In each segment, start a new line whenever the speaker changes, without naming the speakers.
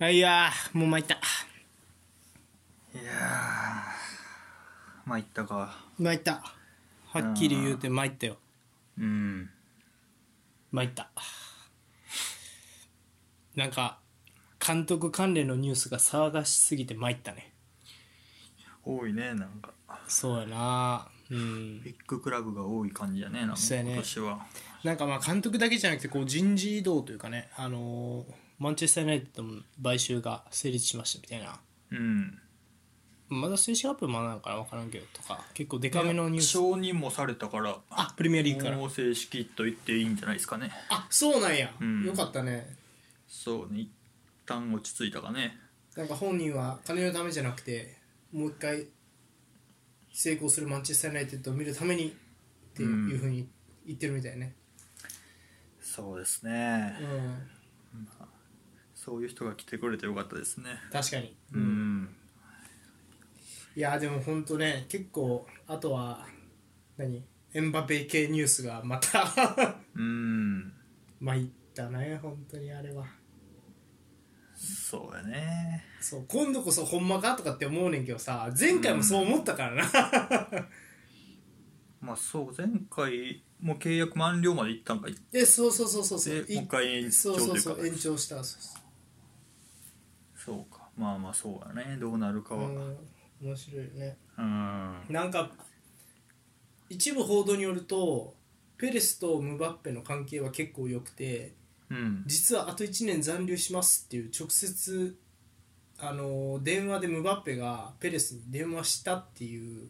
あいやーもう参った
いやー参ったか
参ったはっきり言うて参ったよ
うん
参ったなんか監督関連のニュースが騒がしすぎて参ったね
多いねなんか
そうやなうん
ビッグクラブが多い感じやねなんか
そうやね
今年は
なんかまあ監督だけじゃなくてこう人事異動というかね、あのーマンチェスター・ユナイテッドの買収が成立しましたみたいな
うん
まだ正式発表まだなのかな分からんけどとか結構デカめのニュース
承認もされたから
あプレミアリーグから
もう正式と言っていいんじゃないですかね
あそうなんや、
うん
よかったね
そうね一旦落ち着いたかね
なんか本人は金のためじゃなくてもう一回成功するマンチェスター・ユナイテッドを見るためにって
うん
いうふうに言ってるみたいね、
そうですね
うん
そういう人が来てくれてよかったですね
確かに、
うん
いやでもほんとね結構あとは何エンバペ系ニュースがまた
うん
参ったね本当にあれは
そうやね
そう今度こそほんまかとかって思うねんけどさ前回もそう思ったからな、
まあそう前回もう契約満了まで行ったんかい
えそうそうそうそうそう
でもう一回延長
そう
という
そ
か
うそう延長したそうそう
そうかまあまあそうやねどうなるかはうん
うん面白いよね
うん
なんか一部報道によるとペレスとムバッペの関係は結構良くて
うん
実はあと1年残留しますっていう直接あの電話でムバッペがペレスに電話したっていう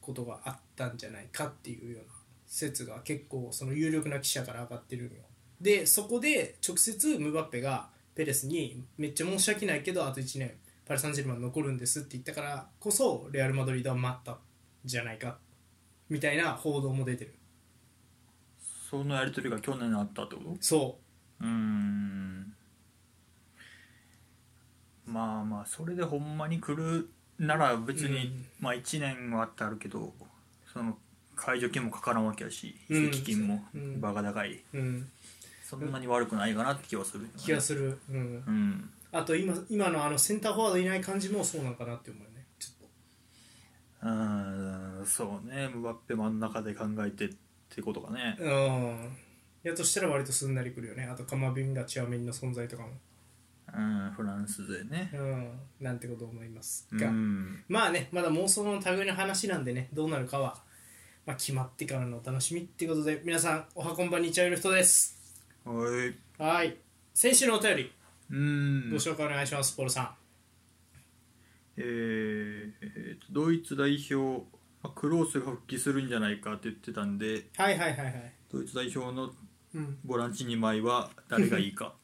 ことがあったんじゃないかっていうような説が結構その有力な記者から上がってるのよでそこで直接ムバッペがペレスに「めっちゃ申し訳ないけどあと1年パリ・サンジェルマン残るんです」って言ったからこそレアル・マドリードは待ったんじゃないかみたいな報道も出てる
そのやり取りが去年あったってこと
そう
うーんまあまあそれでほんまに来るなら別に、
うん
まあ1年はあってあるけどその解除金もかからんわけやし
う
移
ん
籍金も
うん
バカ高い、
うん
そんなに悪くないかなって気はするよね、
気がするうん
うん
あと今今のあのセンターフォワードいない感じもそうなのかなって思うよねちょっ
うーんそうねムバッペ真ん中で考えてってことかね
とうんやとしたら割とすんなりくるよねあとカマビンガチュアメンの存在とかも
うんフランス勢ね
うんなんてこと思います
う
が、
ん
まあねまだ妄想の類の話なんでねどうなるかは、まあ、決まってからのお楽しみってことで皆さんおはこんばんにちゃうる人です
はい
はい先週のお便り
うん
ご紹介お願いします、ポールさん
えーえーとドイツ代表まあクロースが復帰するんじゃないかって言ってたんで
はいはいはいはい
ドイツ代表の
うん、
ボランチ2枚は誰がい いか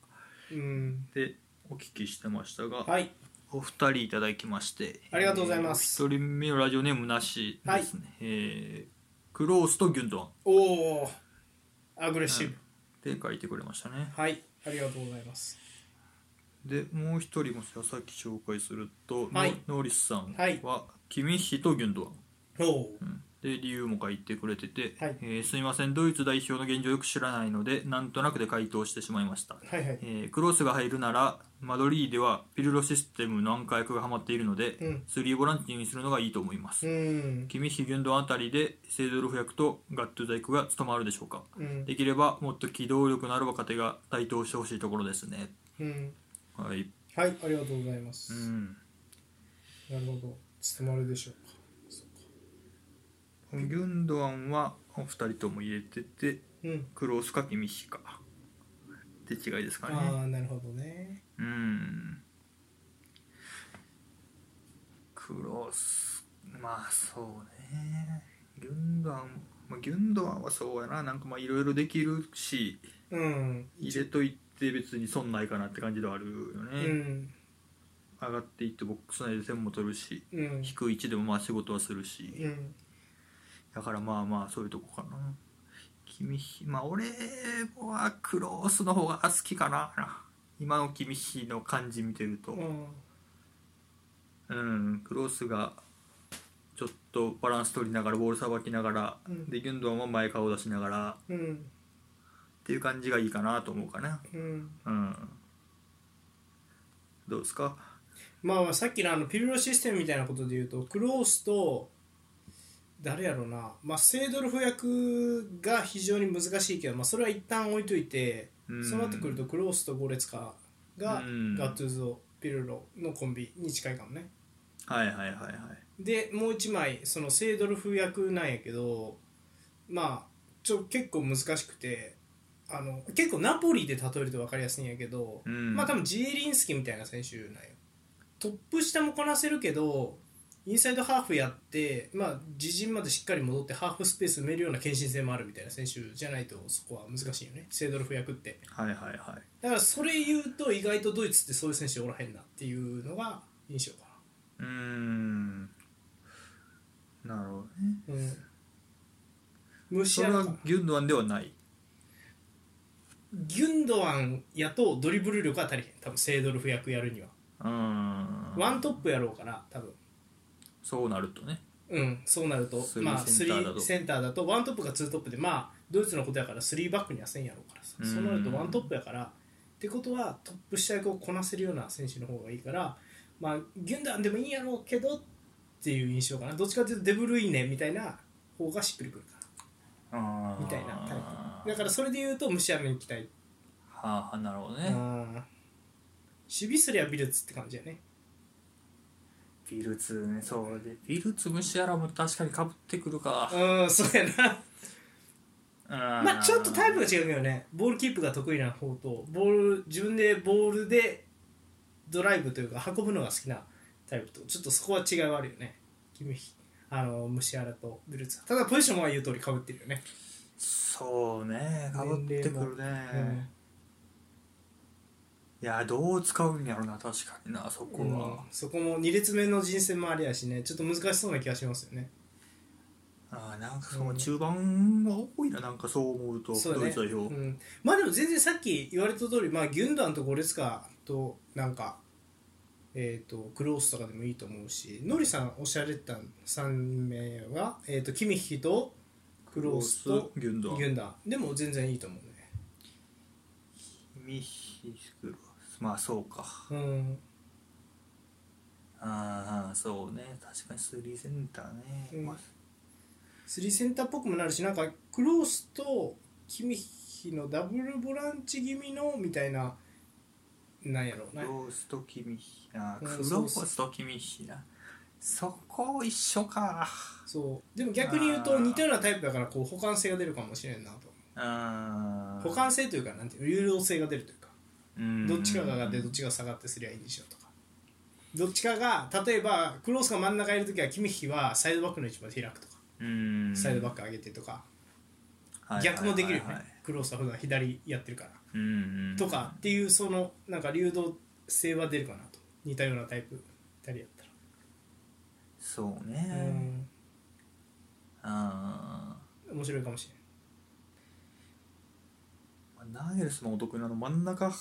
うん、
でお聞きしてましたが、
はい
お二人いただきまして
ありがとうございます
えーお一人目のラジオネームなしですね、えークロースとギュンド
おおアグレッ
アン
シブ、
で書いてくれましたね
はいありがとうございます
でもう一人もさっき紹介すると、
はい
ノノーリスさんは、
はい
キミッヒとギュンドアン
おお
うんで理由も書いてくれてて、
はい
えーすみませんドイツ代表の現状をよく知らないのでなんとなくで回答してしまいました、
はいはい
えークロスが入るならマドリーではピルロシステムの暗化役がハマっているので、
うん
3ボランチにするのがいいと思います、
うん
キミッヒ・ギュンドアンあたりでセイドルフ役とガットゥザイクが務まるでしょうか
うん
できればもっと機動力のある若手が台頭してほしいところですね
うん
はい、
はいありがとうございま
う
す、
ん、
なるほど務まるでしょうか
ギュンドアンはお二人とも入れてて
うん
クロースかキミッヒかって違いですかね
ああなるほどね
うんクロスまあそうねギュンドアン、まあ、ギュンドアンはそうやななんかまあいろいろできるし
うん
入れといて別に損ないかなって感じではあるよ
う
ね、
ん
上がっていってボックス内で点も取るし
うん
低い位置でもまあ仕事はするし、
うん
だからまあまあそういうとこかな君まあ俺はクロースの方が好きかな今の君比の感じ見てると、
うん
うん、クロスがちょっとバランス取りながらボールさばきながら、
うん
でギュンドアンは前顔出しながら
うん
っていう感じがいいかなと思うかな
うん
うんどうですか
まあさっきのあのピルロシステムみたいなことで言うとクロースと誰やろうな、まあ、セードルフ役が非常に難しいけど、まあ、それは一旦置いといて、
うん
そうなってくるとクロースとゴレツカが、
うん
ガットゥーゾピルロのコンビに近いかもね
はいはいはいはい
でもう一枚そのセードルフ役なんやけどまあちょ結構難しくてあの結構ナポリで例えると分かりやすいんやけど、
うん
まあ多分ジエリンスキみたいな選手なんよトップ下もこなせるけどインサイドハーフやって、まあ、自陣までしっかり戻ってハーフスペース埋めるような献身性もあるみたいな選手じゃないとそこは難しいよねセードルフ役って
はいはいはい
だからそれ言うと意外とドイツってそういう選手おらへんなっていうのが印象か
うーんなるほどね
なうん虫
そ
や
れ
な
はギュンドアンではない
ギュンドアンやとドリブル力は足りへん多分セードルフ役やるには
うーん
ワントップやろうから多分
そうなるとね
うんそうなると
スリー
まあ
センターだと
3センターだとワントップかツートップでまあドイツのことやから3バックにはせんやろうからさ
うん
そうなるとワントップやからってことはトップ下役をこなせるような選手の方がいいからまあギュンダンでもいいんやろうけどっていう印象かなどっちかというとデブルイネみたいな方がしっくりくるか
み
みたいなタイなだからそれで言うと虫やめに行きたい
はあなるほど
う
ね、
ん守備すりゃビルツって感じやね
ビルツねそうでビルツムシアラも確かにかぶってくるか
うんそうやなま
ま
あちょっとタイプが違うけどねボールキープが得意な方とボール自分でボールでドライブというか運ぶのが好きなタイプとちょっとそこは違いはあるよねキムヒあのムシアラとブルーツはただポジションは言う通りかぶってるよね、
そうねかぶってくるね、
うん
いやどう使うんやろな確かになそこは、
そこも2列目の人選もありやしねちょっと難しそうな気がしますよね
あーなんかその中盤が多いななんかそう思うと
そうだ
ドイ
ね
ツ代表、
うん、まあでも全然さっき言われた通りまあギュンダンとゴレツカとなんかえー、とクロースとかでもいいと思うしノリさんおっしゃられてた3名は、えー、とキミヒとクロースと
ギュンドア
ギュンダンでも全然いいと思うね
ミヒスクロスまあそうか
うん
ああそうね確かにスリーセンターね、
うん
まあ
3センターっぽくもなるしなんかクロースとキミヒのダブルボランチ気味のみたいななんやろう
ク
な
ロースとキミヒあー
うん
クロースとキミヒなそこ一緒か
そうでも逆に言うと
あー
似たようなタイプだからこう補完性が出るかもしれんなと
あ
補完性というかなんていうの有用性が出るというかどっちかが上がってどっ
ち
ちかが下がってすりゃいいんでしょうとかどっちかが例えばクロースが真ん中いる時はキミッヒはサイドバックの位置まで開くとかサイドバック上げてとか逆もできるよねクロースは普段左やってるからとかっていうそのなんか流動性は出るかなと似たようなタイプイタリアだったら。
そう
う
ね
ん
あ
面白いかもし
ーナーゲルスのお得意なの真ん中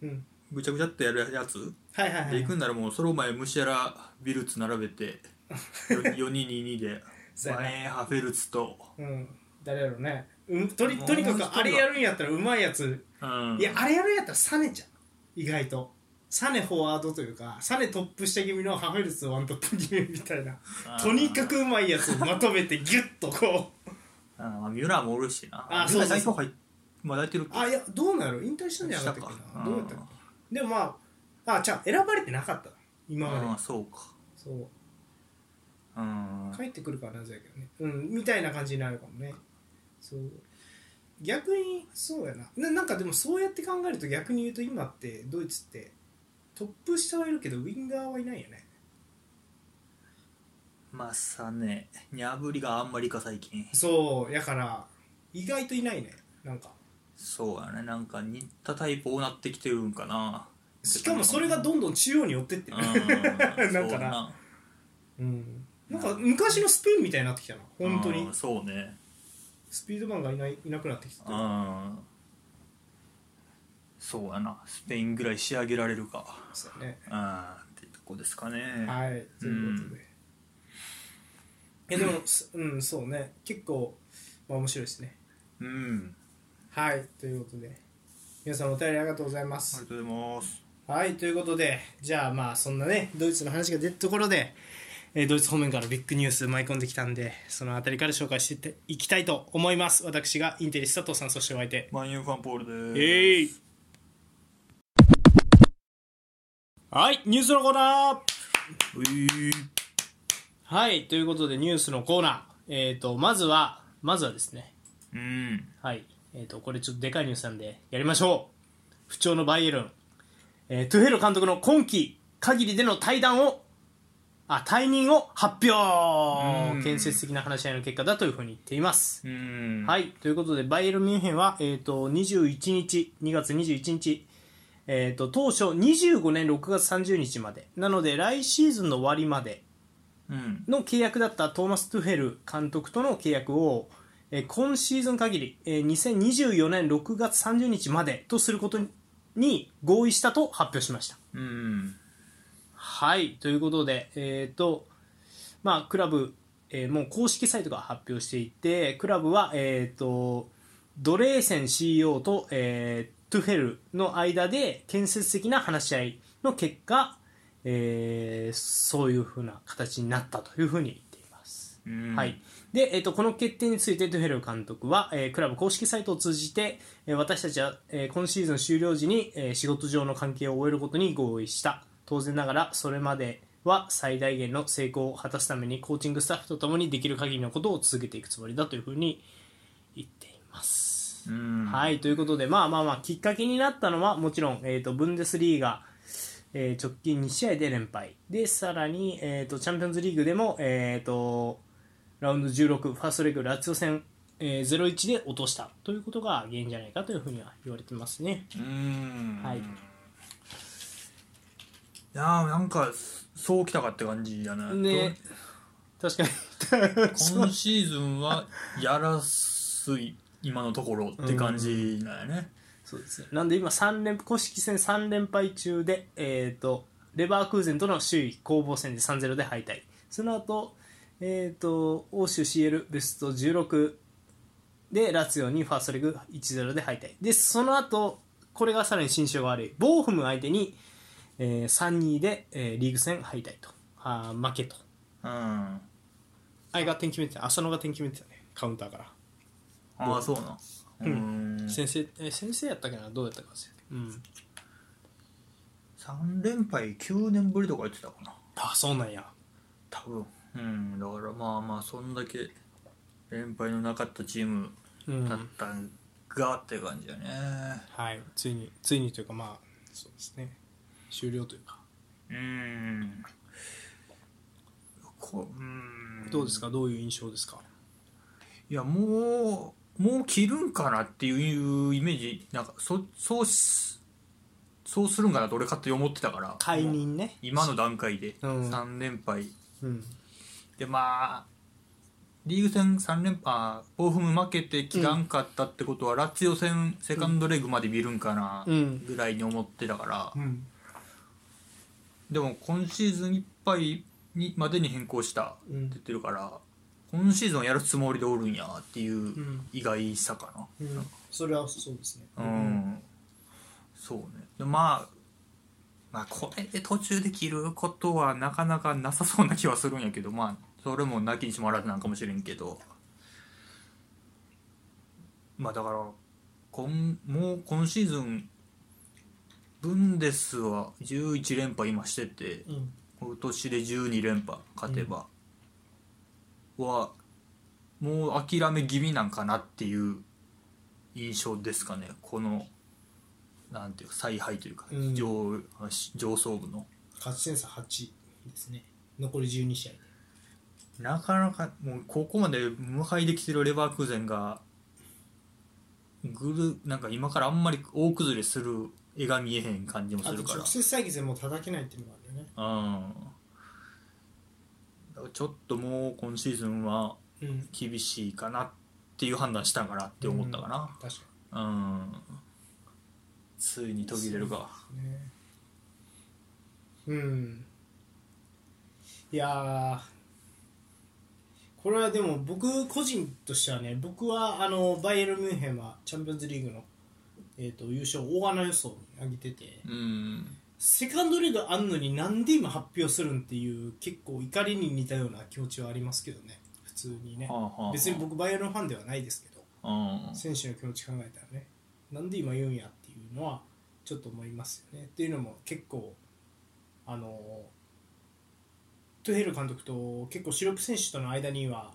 れん、うん、
ぐちゃぐちゃってやるやつ
はいはいはい
で行くんならもうそれを前ムシアラビルツ並べて 4222で
そうやな
前ハフェルツと
うん、誰やろうね、うん、とり
もう
とにか
もう一人
く
は
あれやるんやったらうまいやつ
うん
いやあれやるんやったらサネちゃん意外とサネフォワードというかサネトップ下気味のハフェルツワントップ気味みたいな
あー
とにかくうまいやつをまとめてギュッとこう
あーまあミュラーもおるしな
あー
ミュラ
そ
ー
う
代
そ
表入っまだ入って るっけ
あいやどうなる引退したんじゃなかったっ
した
け
か
などうやったっけでもまああじゃあ選ばれてなかった今まで
ああそうか
そう
うん
帰ってくるからなぜやけどねうんみたいな感じになるかもねそう逆にそうやなななんかでもそうやって考えると逆に言うと今ってドイツってトップ下はいるけどウィンガーはいないよね
まさねにゃぶりがあんまりか最近
そうやから意外といないねなんか
そうやねなんか似たタイプをなってきてるんかな
しかもそれがどんどん中央に寄ってってる、
うん
なんかな
そうや
うん、なんか昔のスペインみたいになってきたな本当に
うんそうね
スピードマンがいないいなくなってきたと
うんそうやなスペインぐらい仕上げられるか
そうだね
うんってとこですかね
はい、ということで。えでも、すうん、そうね、結構、まあ、面白いですね。
うん
はい、ということで、皆さんお便りありがとうございま
あり
す。
がとうございます
はいということでじゃあまあそんなねドイツの話が出たところで、えードイツ方面からビッグニュース舞い込んできたんでそのあたりから紹介していっていきたいと思います私がインテリス佐藤さんそしてお相手
マンユーファンポールです
えいはいニュースのコーナー
うい
はいということでニュースのコーナーえっ、とまずはまずはですね
うん
はい、えー、とこれちょっとでかいニュースなんでやりましょう不調のバイエルン、えートゥヘル監督の今季限りでの退団をあ退任を発
う
表
ん
建設的な話し合いの結果だというふうに言っています、
うん
はいということでバイエルン・ミュンヘンは、えー、と21日2月21日えー、と当初25年6月30日までなので来シーズンの終わりまで
うん
の契約だったトーマス・トゥヘル監督との契約を、えー今シーズン限り、えー2024年6月30日までとすることにに合意したと発表しました。
うん
はいということで、えーとまあ、クラブ、えーもう公式サイトが発表していてクラブは、えー、とドレーセン CEO と、えートゥフェルの間で建設的な話し合いの結果、えーそういうふうな形になったというふうに言っています。
うん
はいでえー、とこの決定についてトゥヘル監督は、えークラブ公式サイトを通じて、えー私たちは、えー今シーズン終了時に、えー仕事上の関係を終えることに合意した当然ながらそれまでは最大限の成功を果たすためにコーチングスタッフとともにできる限りのことを続けていくつもりだというふうに言っています。
うん
はい、ということで、まあまあまあ、きっかけになったのは、もちろん、えー、とブンデスリーガ、えー直近2試合で連敗、でさらに、えー、とチャンピオンズリーグでも、えー、とラウンド16、ファーストレグ、ラツィオ戦、えー、0-1で落としたということが原因じゃないかというふうには言われてますね。
うん
はい
やーなんかそうきたかって感じやな
ね確かに
今シーズンはやらすい今のところって感じなんやね
そうですねなんで今三連公式戦3連敗中で、えー、とレバークーゼンとの首位攻防戦で3-0で敗退その後、えー、と欧州 CL ベスト16でラツィオにファーストレグ1-0で敗退でその後これがさらに心象が悪いボーフム相手に、えー、3-2で、えーリーグ戦敗退とあー負けと
うんあ
あれが点決めてた浅野が点決めてたねカウンターから、
あそうなう
うん先生えー先生やったっけなどうやったか忘れたけどうん
3連敗9年ぶりとか言ってたかな
あそうなんや
多分うんだからまあまあそんだけ連敗のなかったチーム
うん
だったんがって感じやね
はい、ついについにというかまあそうですね終了というか、
うんこうん
どうですかどういう印象ですか
いやもうもう切るんかなっていうイメージなんかそそうしそうするんかなと俺勝手に思ってたから
解任ね
今の段階で
うん
3連敗、
うん
でまあリーグ戦3連敗ボーフム負けて切らんかったってことは、ラッツ予選セカンドレグまで見るんかな
うん
ぐらいに思ってたから、
うん
でも今シーズンいっぱいにまでに変更したって言ってるから、今シーズンはやるつもりでおるんやっていう意外さかな、
うんそれはそうですね
うん、そうねでまあまあこれで途中で切ることはなかなかなさそうな気はするんやけどまあそれもなきにしもあらずなんかもしれんけどまあだからこんもう今シーズンブンデスは11連覇今してて
うん
今年で12連覇勝てば、はもう諦め気味なんかなっていう印象ですかねこのなんていうか采配というか、
うん
上上層部の
勝ち点差8ですね残り12試合
なかなかもうここまで無敗できてるレバークーゼンがぐるなんか今からあんまり大崩れする絵が見えへん感じもす
あ
る
と
から
直接対決でもう叩けないっていうのがあるよね
うんだからちょっともう今シーズンは
うん
厳しいかなっていう判断したんかなって思ったかな
確か
うん、ついに途切れるか
にねうんいやーこれはでも僕個人としてはね僕はあのバイエルン・ミュンヘンはチャンピオンズリーグの、えー、と優勝を大穴予想に挙げてて
うん
セカンドリーグあんのになんで今発表するんっていう結構怒りに似たような気持ちはありますけどね普通にね
はあはあはあ
別に僕バイエルンファンではないですけど
うん
選手の気持ち考えたらねなんで今言うんやっていうのはちょっと思いますよねっていうのも結構あのトゥヘル監督と結構主力選手との間には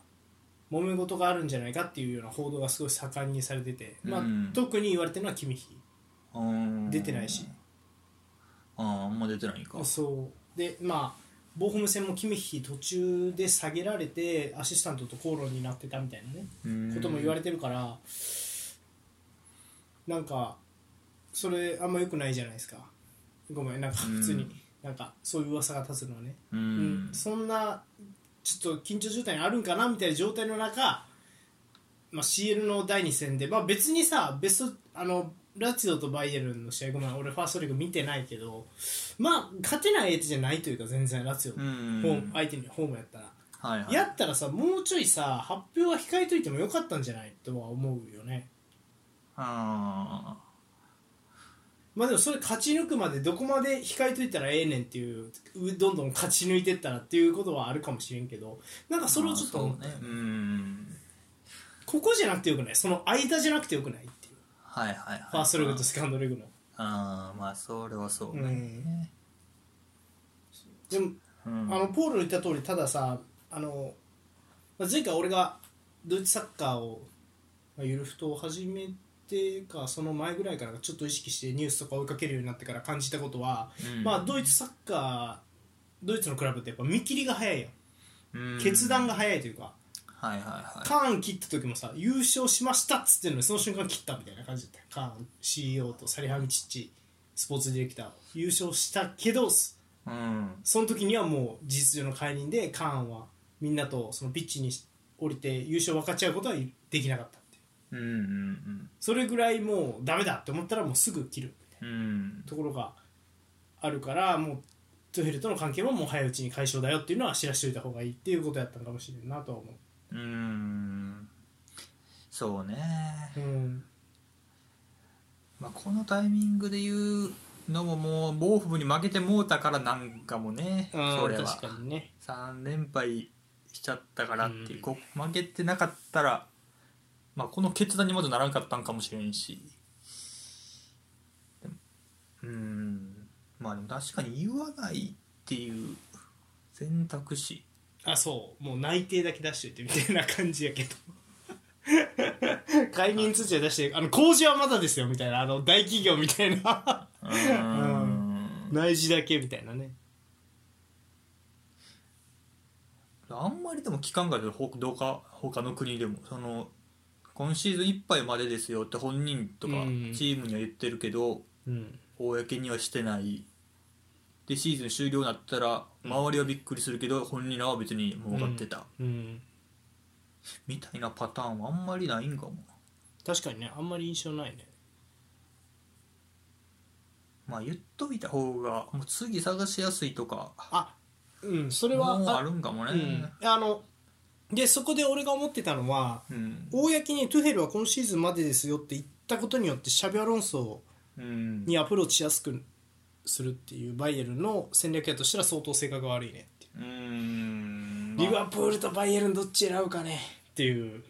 揉め事があるんじゃないかっていうような報道がすごい盛んにされてて、まあ
うん、
特に言われてるのは君ヒ
うん
出てないし
あああんま出てないか
そうでまあボーホム戦もキミッヒ途中で下げられてアシスタントと口論になってたみたいなねことも言われてるからなんかそれあんま良くないじゃないですかごめんなんか
うん
普通になんかそういう噂が立つのはね
うん
うんそんなちょっと緊張状態にあるんかなみたいな状態の中、まあ、CL の第2戦で、まあ、別にさベストあのラツィオとバイエルンの試合ごめん俺ファーストリーグ見てないけど、まあ、勝てない相手じゃないというか全然ラツィオ、
うん
ホーム相手にホームやったら、
はいはい
やったらさもうちょいさ発表は控えといてもよかったんじゃないとは思うよね。
あ
まあでもそれ勝ち抜くまでどこまで控えといたらええねんっていううどんどん勝ち抜いてったらっていうことはあるかもしれんけどなんか
あ
それをちょっと思
ま
っ
あ
た
そうねうん
ここじゃなくてよくないその間じゃなくてよくないっていう
はいはいはい
ファーストレグとセカンドレグの
ああまあそれはそうね、
でも
うん
あのポールの言った通りたださあのまあ前回俺がドイツサッカーをまあゆるふとを始めてかその前ぐらいからちょっと意識してニュースとか追いかけるようになってから感じたことは、
うん
まあドイツサッカードイツのクラブってやっぱ見切りが早いやん
うん
決断が早いというか、
はいはいはい
カーン切った時もさ優勝しましたっつってんのにその瞬間切ったみたいな感じだったよカーン CEO とサリハミチッチスポーツディレクター優勝したけどす
うん
その時にはもう事実上の解任でカーンはみんなとそのピッチに降りて優勝分かち合うことはできなかったっていう
うんうん
それぐらいもうダメだって思ったらもうすぐ切るみたい
うんうん
なところがあるからもうトゥヘルとの関係ももう早いうちに解消だよっていうのは知らしておいた方がいいっていうことやったのかもしれんなとは思
うんそうね
う。うん
まあ、このタイミングで言うのももうボーフムに負けてもうたからなんかもねそれは
確かにね
3連敗しちゃったからっていうう、こう負けてなかったら、まあ、この決断にまずならんかったんかもしれんしでもうーんまあでも確かに言わないっていう選択肢
あそうもう内定だけ出していてみたいな感じやけど解任通知は出して あの工事はまだですよみたいなあの大企業みたいな
うーん
内示だけみたいなね
あんまりでも期間外でほどうか他の国でもその今シーズンいっぱいまでですよって本人とか
うん
チームには言ってるけど、
うん
公にはしてないでシーズン終了になったら周りはびっくりするけど、本人らは別に儲かってた、
うん
みたいなパターンはあんまりないんかも
確かにねあんまり印象ないね
まあ言っといた方がもう次探しやすいとか
あうんそれは
もうあるんかも
あ
ね
うん、あのでそこで俺が思ってたのは
うん
公にトゥヘルは今シーズンまでですよって言ったことによってシャビアロンソを
うん
にアプローチしやすくするっていうバイエルンの戦略やとしたら相当性格悪いねっていう
うーん
リ
まあ
バプールとバイエルンどっち選ぶかねっていう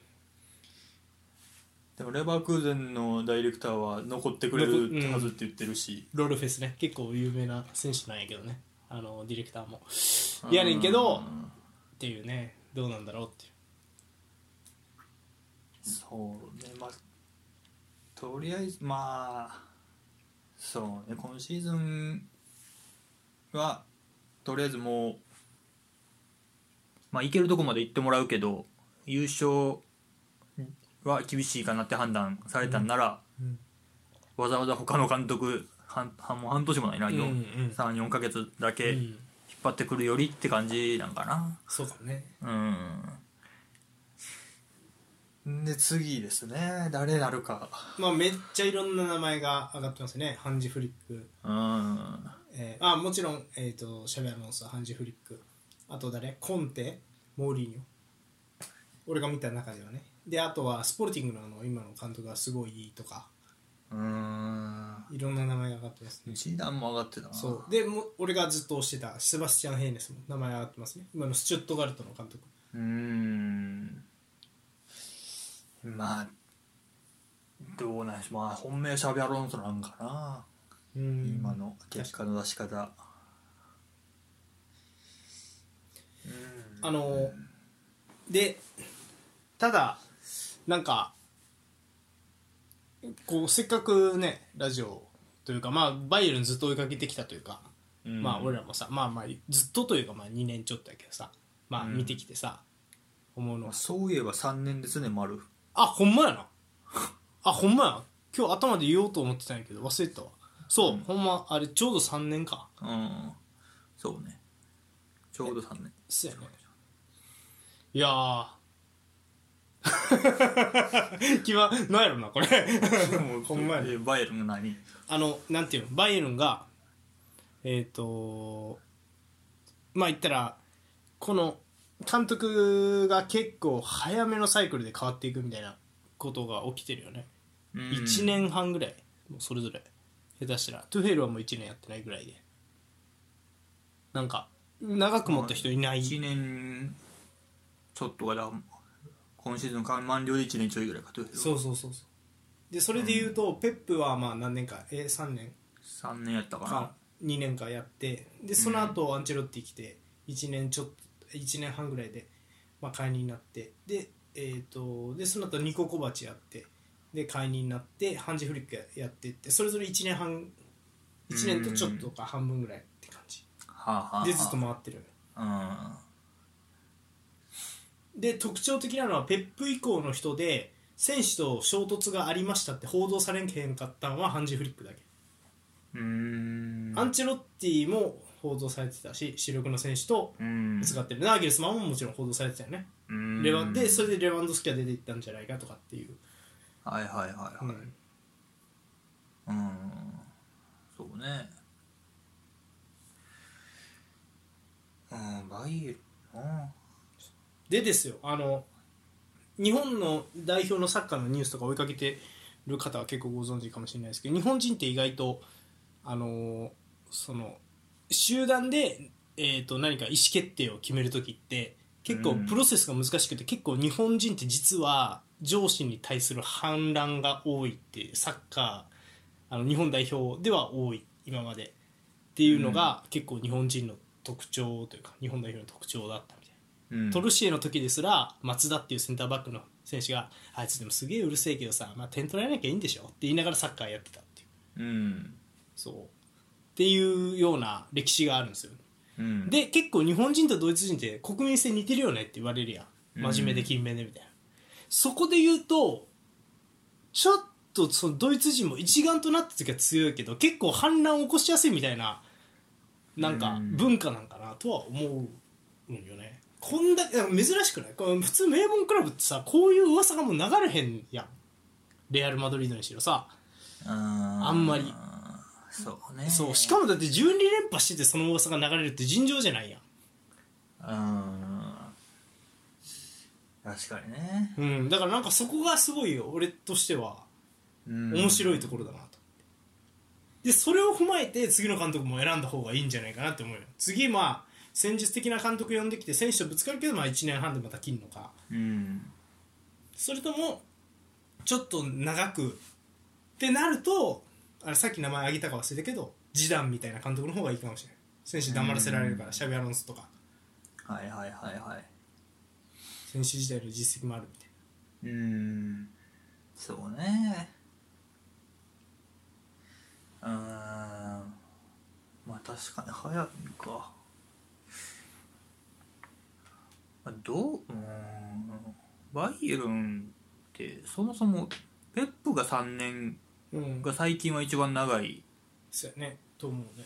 でもレバークーゼンのダイレクターは残ってくれるはずって言ってるし、
ロールフェスね結構有名な選手なんやけどねあのディレクターもいやねんけど
うん
っていうねどうなんだろうっていう
そうねまあとりあえずまあそうね今シーズンはとりあえずもうまあいけるとこまで行ってもらうけど優勝は厳しいかなって判断されたんなら、
うん
わざわざ他の監督半半もう半年もないな、
うんうん
34ヶ月だけ
う
引っ
ん
張ってくるよりって感じなんかな
そうかもね
うんで次ですね誰なるか
まあめっちゃいろんな名前が上がってますねハンジ・フリック、
うん
えーあもちろん、えー、とシャビアロンソハンジ・フリックあと誰コンテモーリーニョ俺が見た中ではねであとはスポルティングのあの今の監督がすごいいいとか
うん
いろんな名前が上がってますね
一段も上がってたな
そうでもう俺がずっと推してたセバスチャン・ヘイネスも名前上がってますね今のスチュットガルトの監督
うーんまあどうなんでしょうまあ本命シャビアロンソなんかな、
うん
今の結果の出し方
あのでただなんかこうせっかくねラジオというかまあバイエルンずっと追いかけてきたというか、
うん
まあ俺らもさまあまあずっとというかまあ2年ちょっとやけどさまあ
うん
見てきてさ、思うのは
そういえば3年ですね丸
あほんまやな あほんまやな今日頭で言おうと思ってたんやけど忘れてたわそう、ほんまあれちょうど3年か
うんそうねちょうど3年
そうやねいやー 気はなんやろなこれほんまやね
えバイエルンが何
あのなんていうのバイエルンがえっ、とまあ言ったらこの監督が結構早めのサイクルで変わっていくみたいなことが起きてるよね、
うん
1年半ぐらいもうそれぞれ下手したらトゥフェルはもう1年やってないぐらいでなんか長く持った人いない
1年ちょっとはだ今シーズン満了で1年ちょいぐらいかと
そうそうそうそうでそれで言うと、ペップはまあ何年かえ3年
3年やったかな
か2年かやってでその後アンチェロッティ来て1年ちょっと1年半ぐらいで、まあ、解任になってで,、えー、とでその後ニコ・コバチやってで解任になってハンジ・フリックやってってそれぞれ1年半1年とちょっとか半分ぐらいって感じ
はあはあ
でずっと回ってるよねで特徴的なのはペップ以降の人で選手と衝突がありましたって報道されんけんかったのはハンジ・フリックだけ
うんうーん
アンチェロッティも報道されてたし主力の選手と
うん
ぶつかってるナーゲルスマンももちろん報道されてたよね、
うん
レバンでそれでレバンドフスキが出ていったんじゃないかとかっていう、
はいはいはいはい
うん
うんそうねうんバイエルンな
でですよあの日本の代表のサッカーのニュースとか追いかけてる方は結構ご存知かもしれないですけど日本人って意外とあのその集団で、えー、と何か意思決定を決める時って結構
うん
プロセスが難しくて、結構日本人って実は上司に対する反乱が多いってサッカーあの日本代表では多い今までっていうのが、結構日本人の特徴というか日本代表の特徴だったみたいな。
うん
トルシエの時ですら松田っていうセンターバックの選手があいつでもすげえうるせえけどさ、まあ、点取られなきゃいいんでしょって言いながらサッカーやってたっていう
うん
そうっていうような歴史があるんですよ
うん
で結構日本人とドイツ人って国民性似てるよねって言われるやん真面目で勤勉でみたいな、そこで言うとちょっとそのドイツ人も一丸となった時は強いけど結構反乱を起こしやすいみたいななんか
うん
文化なんかなとは思うんよねこんだけ珍しくないこれ普通名門クラブってさこういう噂がもう流れへんやんレアル・マドリードにしろさ
あ
あんまり
そうね
そうしかもだって12連覇しててその噂が流れるって尋常じゃないやん
うん確かにね、
うん、だからなんかそこがすごいよ俺としては
うん
面白いところだなと、でそれを踏まえて次の監督も選んだ方がいいんじゃないかなって思うよ次まあ戦術的な監督呼んできて選手とぶつかるけど、まあ、1年半でまた切るのか
うん
それともちょっと長くってなるとあれさっき名前挙げたか忘れたけど示談みたいな監督の方がいいかもしれない選手黙らせられるからシャビアロンソとか
はいはいはいはい
選手時代の実績もあるみたいな
うんそうねうんまあ確かに早いか、まあ、どううんバイエルンってそもそもペップが3年
うん
が最近は一番長い
そうやねと思うね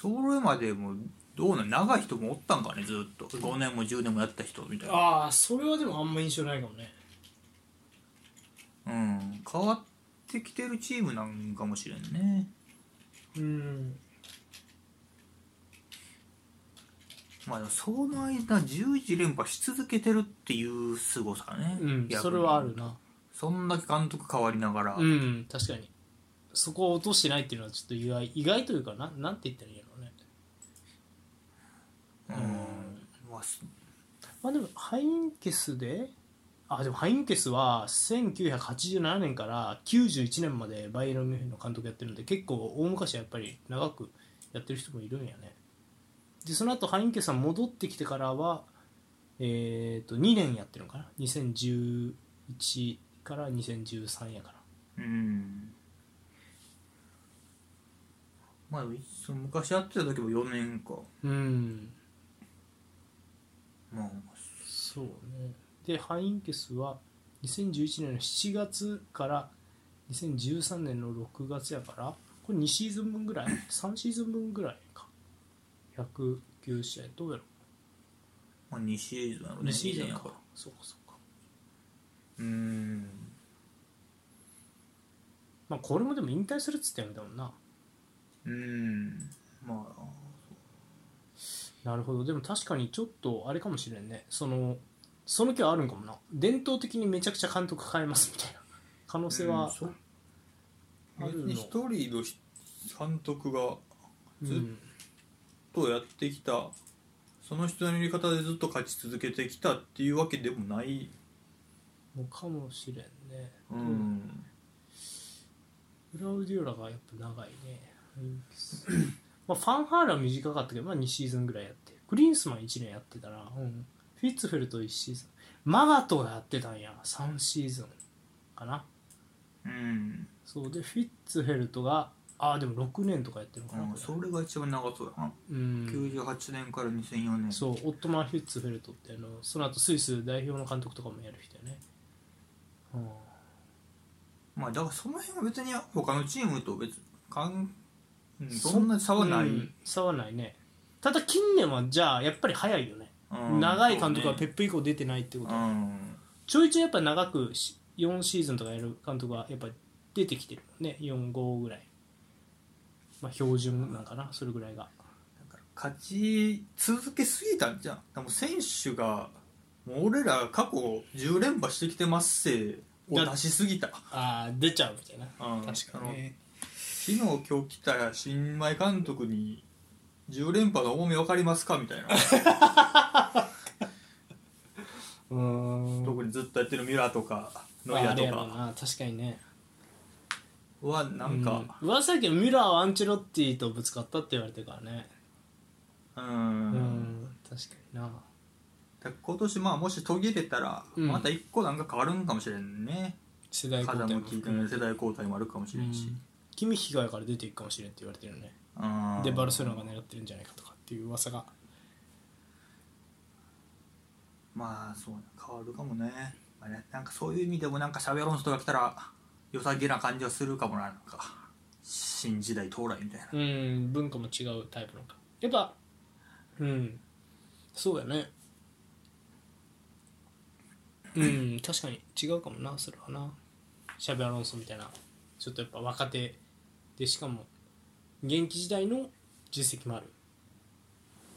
それまでもどうなん長い人もおったんかねずっと5年も10年もやった人みたいな
ああそれはでもあんま印象ないかもね
うん変わってきてるチームなんかもしれんね
うん
まあでもその間11連覇し続けてるっていう凄さね、
うん
逆に
それはあるな
そんだけ監督変わりながら、
うん確かにそこを落としてないっていうのはちょっと意外意外というかななんて言ったらいいのね
うんまあす
まあでもハインケスであでもハインケスは1987年から91年までバイエルン・ミュンヘンの監督やってるんで結構大昔はやっぱり長くやってる人もいるんやねでその後ハインケスさん戻ってきてからはえっ、と2年やってるのかな2011から2013やから
うんまあその昔やってた時も4年か
うん
まあ
そうねでハインケスは2011年の7月から2013年の6月やからこれ2シーズン分ぐらい3シーズン分ぐらいか109試合どうやろ
まあ2シーズンやろ
う2シーズン
二
や
年
からそうかそうか
うん
まあこれもでも引退するっつってやめたもんな
うんまあ
なるほどでも確かにちょっとあれかもしれんねそのその気はあるんかもな伝統的にめちゃくちゃ監督変えますみたいな可能性は
そ
あるの
別に一人のひ監督が
う
ずっ
ん
とやってきたその人のやり方でずっと勝ち続けてきたっていうわけでもない
のかもしれんね
うん
クラウディオラがやっぱ長いね。まあファンハーラは短かったけど、まあ、2シーズンぐらいやって。グリーンスマン1年やってたな。うんフィッツフェルト1シーズン。マガトがやってたんや。3シーズンかな。
うん、
そうで、フィッツフェルトが、ああ、でも6年とかやってるのかな。これ
それが一番長そうやな、
うん。
98年から2004年
そう、オットマン・フィッツフェルトってあの、その後スイス代表の監督とかもやる人やね。うん
まあだからその辺は別に他のチームと別かんうんそんな差はない、
うん差はないね。ただ近年はじゃあ、やっぱり早いよね。
うん
長い監督は
そ
ペ
うね
ップ以降出てないってこと、
うん
ちょいちょいやっぱ長くし4シーズンとかやる監督はやっぱ出てきてるもんね45ぐらいまあ標準なんかなそれぐらいが
だから勝ち続けすぎたんじゃんでも選手がもう俺ら過去10連覇してきてますせを出しすぎた、
ああ出ちゃうみたいな
うん、
確か
あの
にね
昨日今日来た新米監督に10連覇の重み分かりますかみ たいな
うん
特にずっとやってるミュラーとかノ
ま
イ
あ、
ア
あ
ー
れ
と
やろう
か
な確かにね
はなんか
うん、噂やけどミュラーはアンチェロッティとぶつかったって言われてるからね
うん
うん、確かにな
だから今年まあもし途切れたら
うん
また一個なんか変わるんかもしれんね、
世代交
風
代
向
も
き
含
で
め
世代交代もあるかもしれんし、
キミッヒがから出ていくかもしれんって言われてるよね
うん
でバルセロナが狙ってるんじゃないかとかっていう噂が
まあそうね変わるかもね,、まあ、ねなんかそういう意味でもなんかシャビアロンスとか来たら良さげな感じはするかもななんか新時代到来みたいな
うん文化も違うタイプのかやっぱうんそうやねうん確かに違うかもなそれはなシャビアロンソみたいなちょっとやっぱ若手でしかも現役時代の実績もある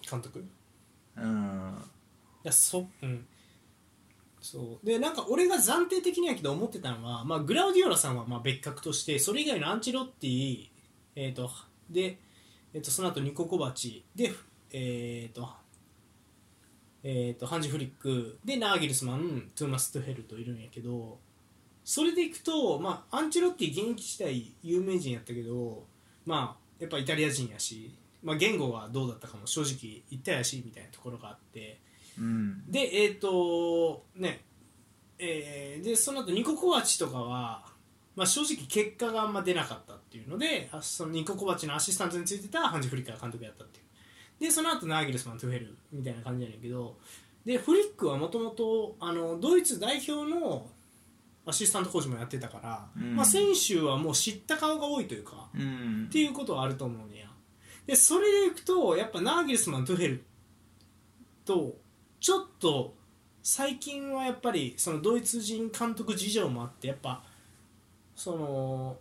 監督
うん
いやそうんそうでなんか俺が暫定的にやけど思ってたのは、まあ、グラウディオラさんはまあ別格としてそれ以外のアンチロッティ、えーとでえー、とその後ニコ・コバチで、えーとえー、とハンジ・フリックでナーギルスマントゥーマス・トゥヘルといるんやけどそれでいくと、まあ、アンチロッティ現役時代有名人やったけど、まあ、やっぱイタリア人やし、まあ、言語はどうだったかも正直言ったやしみたいなところがあって。
うん
でえっ、とねえーでその後ニコ・コバチとかは、まあ、正直結果があんま出なかったっていうのであそのニコ・コバチのアシスタントについてたハンジ・フリッカー監督やったっていうでその後ナーギルスマン・トゥフェルみたいな感じなんやけどでフリックはもともとあのドイツ代表のアシスタントコーチもやってたから、
うん
まあ、選手はもう知った顔が多いというか、
うん
っていうことはあると思うねやでそれでいくとやっぱナーギルスマン・トゥヘルとちょっと最近はやっぱりそのドイツ人監督事情もあってやっぱその